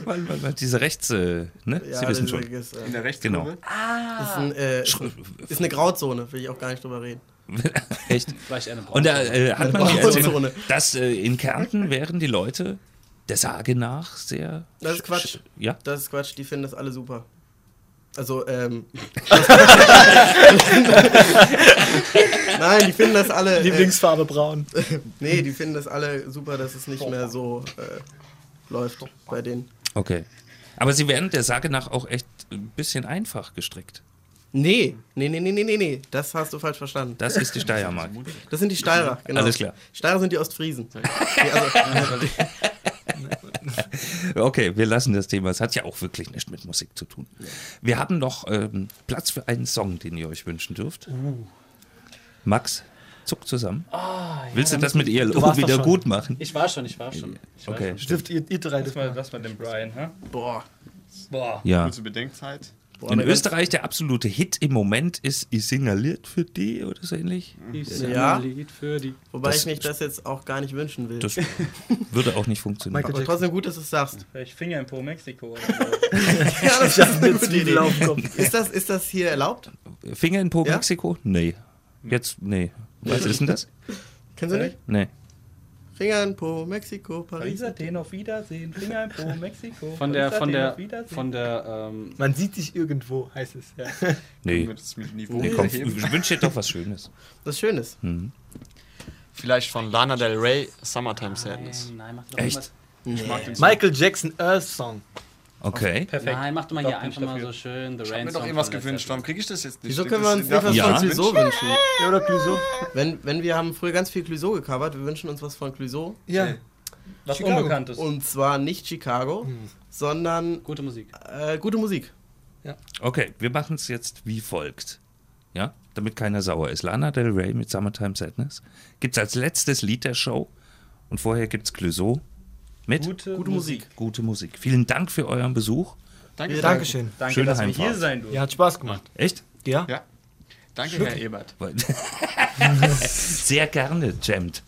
[SPEAKER 1] weil, weil, weil diese Rechts, äh, ne? Sie wissen
[SPEAKER 6] das
[SPEAKER 1] schon.
[SPEAKER 6] Ist, äh,
[SPEAKER 5] In der
[SPEAKER 1] Genau.
[SPEAKER 5] Rechtskurve.
[SPEAKER 6] ist, ein, äh, ist, ein, ist eine Grauzone, will ich auch gar nicht drüber reden.
[SPEAKER 1] <laughs> Echt?
[SPEAKER 2] Vielleicht eine Pause.
[SPEAKER 1] Und da äh, hat man
[SPEAKER 6] Eine
[SPEAKER 1] mir erzählt,
[SPEAKER 6] Bauzone.
[SPEAKER 1] dass äh, in Kärnten wären die Leute der Sage nach sehr.
[SPEAKER 6] Das ist Quatsch.
[SPEAKER 1] sch- Ja.
[SPEAKER 6] Das ist Quatsch, die finden das alle super. Also, ähm. <laughs> Nein, die finden das alle. Äh,
[SPEAKER 4] Lieblingsfarbe braun.
[SPEAKER 6] <laughs> nee, die finden das alle super, dass es nicht mehr so äh, läuft bei denen.
[SPEAKER 1] Okay. Aber sie wären der Sage nach auch echt ein bisschen einfach gestrickt.
[SPEAKER 6] Nee, nee, nee, nee, nee, nee, nee. Das hast du falsch verstanden.
[SPEAKER 1] Das ist die Steiermark.
[SPEAKER 6] Das sind die Steirer, genau.
[SPEAKER 1] Alles klar.
[SPEAKER 6] Steirer sind die Ostfriesen. Nee, also, <laughs>
[SPEAKER 1] Okay, wir lassen das Thema. Es hat ja auch wirklich nichts mit Musik zu tun. Wir haben noch ähm, Platz für einen Song, den ihr euch wünschen dürft.
[SPEAKER 2] Uh.
[SPEAKER 1] Max, zuck zusammen.
[SPEAKER 2] Ah,
[SPEAKER 1] Willst du das mit
[SPEAKER 4] Du
[SPEAKER 1] ELO
[SPEAKER 4] warst doch
[SPEAKER 1] wieder
[SPEAKER 4] schon.
[SPEAKER 1] gut machen?
[SPEAKER 2] Ich war schon, ich war schon. Ich war
[SPEAKER 1] Okay.
[SPEAKER 2] schon.
[SPEAKER 4] Stift, ihr, ihr drei dürft mal.
[SPEAKER 3] Das mit dem Brian, hä?
[SPEAKER 6] boah.
[SPEAKER 2] Boah.
[SPEAKER 1] Ja.
[SPEAKER 5] Kurze Bedenkzeit.
[SPEAKER 6] boah
[SPEAKER 1] In
[SPEAKER 6] aber ganz-
[SPEAKER 1] Österreich der absolute Hit im Moment ist Ich singaliert für die oder so ähnlich.
[SPEAKER 2] Ich
[SPEAKER 6] sing
[SPEAKER 2] ja.
[SPEAKER 6] ein
[SPEAKER 2] Lied für die.
[SPEAKER 6] Wobei
[SPEAKER 1] Das-
[SPEAKER 6] ich mich das jetzt auch gar nicht wünschen will.
[SPEAKER 1] Das würde auch nicht funktionieren.
[SPEAKER 4] Michael
[SPEAKER 6] Aber trotzdem gut, dass du es sagst.
[SPEAKER 3] Vielleicht Finger in Po Mexiko.
[SPEAKER 4] <laughs>
[SPEAKER 6] Ja, das
[SPEAKER 4] Ich hab eine Zwiebel aufkommen.
[SPEAKER 6] Ist das, ist das hier erlaubt?
[SPEAKER 1] Finger in Po
[SPEAKER 6] Ja?
[SPEAKER 1] Mexiko? Nee. Jetzt, nee. Was ist denn das?
[SPEAKER 6] Kennst du nicht?
[SPEAKER 1] Nee.
[SPEAKER 6] Finger in Po, Mexiko, Paris.
[SPEAKER 3] den auf Wiedersehen, Finger in Po Mexiko.
[SPEAKER 2] Von der, von der, von der, ähm,
[SPEAKER 4] Man sieht sich irgendwo, heißt es. Ja.
[SPEAKER 1] Nee.
[SPEAKER 5] Damit es mit Niveau
[SPEAKER 1] nee komm, ich
[SPEAKER 5] erheben.
[SPEAKER 1] wünsche dir doch was Schönes.
[SPEAKER 6] Das Schöne ist.
[SPEAKER 5] Vielleicht von Lana Del Rey, Summertime Sadness.
[SPEAKER 2] nein, mach doch
[SPEAKER 1] Echt?
[SPEAKER 2] irgendwas-
[SPEAKER 6] Ich mag den
[SPEAKER 4] Michael Jackson Earth Song.
[SPEAKER 1] Okay.
[SPEAKER 3] Perfekt.
[SPEAKER 2] Nein, mach doch mal
[SPEAKER 3] Doch,
[SPEAKER 2] hier
[SPEAKER 3] bin ich
[SPEAKER 2] einfach mal
[SPEAKER 3] dafür.
[SPEAKER 2] so schön The
[SPEAKER 5] Ich hab
[SPEAKER 2] Rain
[SPEAKER 5] mir doch
[SPEAKER 2] Song
[SPEAKER 5] irgendwas
[SPEAKER 2] von Led
[SPEAKER 5] gewünscht.
[SPEAKER 2] Zeppelin.
[SPEAKER 5] Warum krieg ich das jetzt nicht?
[SPEAKER 6] Wieso
[SPEAKER 5] Steht
[SPEAKER 6] können wir
[SPEAKER 5] das
[SPEAKER 6] uns
[SPEAKER 5] in-
[SPEAKER 6] nicht was
[SPEAKER 1] Ja.
[SPEAKER 6] von Clueso wünschen?
[SPEAKER 4] Ja, oder Clueso?
[SPEAKER 6] Wenn, wenn wir haben früher ganz viel Clueso gecovert, wir wünschen uns was von Clueso.
[SPEAKER 4] Ja.
[SPEAKER 3] Was
[SPEAKER 4] Chicago.
[SPEAKER 3] Unbekanntes.
[SPEAKER 6] Und zwar nicht Chicago,
[SPEAKER 4] Hm.
[SPEAKER 6] sondern
[SPEAKER 2] Gute Musik.
[SPEAKER 6] äh, gute Musik.
[SPEAKER 1] Okay, wir machen es jetzt wie folgt. Ja, damit keiner sauer ist. Lana Del Rey mit Summertime Sadness gibt es als letztes Lied der Show und vorher gibt es Clouseau mit
[SPEAKER 3] Gute,
[SPEAKER 6] Gute Musik.
[SPEAKER 1] Gute Musik. Vielen Dank für euren Besuch.
[SPEAKER 5] Danke.
[SPEAKER 6] Wir-
[SPEAKER 4] Dankeschön.
[SPEAKER 3] Danke,
[SPEAKER 1] Schöne
[SPEAKER 3] dass wir
[SPEAKER 1] Heimfahrt.
[SPEAKER 3] hier sein durften.
[SPEAKER 4] Ja, hat Spaß gemacht.
[SPEAKER 1] Echt?
[SPEAKER 4] Ja?
[SPEAKER 5] Ja. Danke,
[SPEAKER 1] <laughs>
[SPEAKER 5] Herr Ebert.
[SPEAKER 1] Sehr gerne jammt.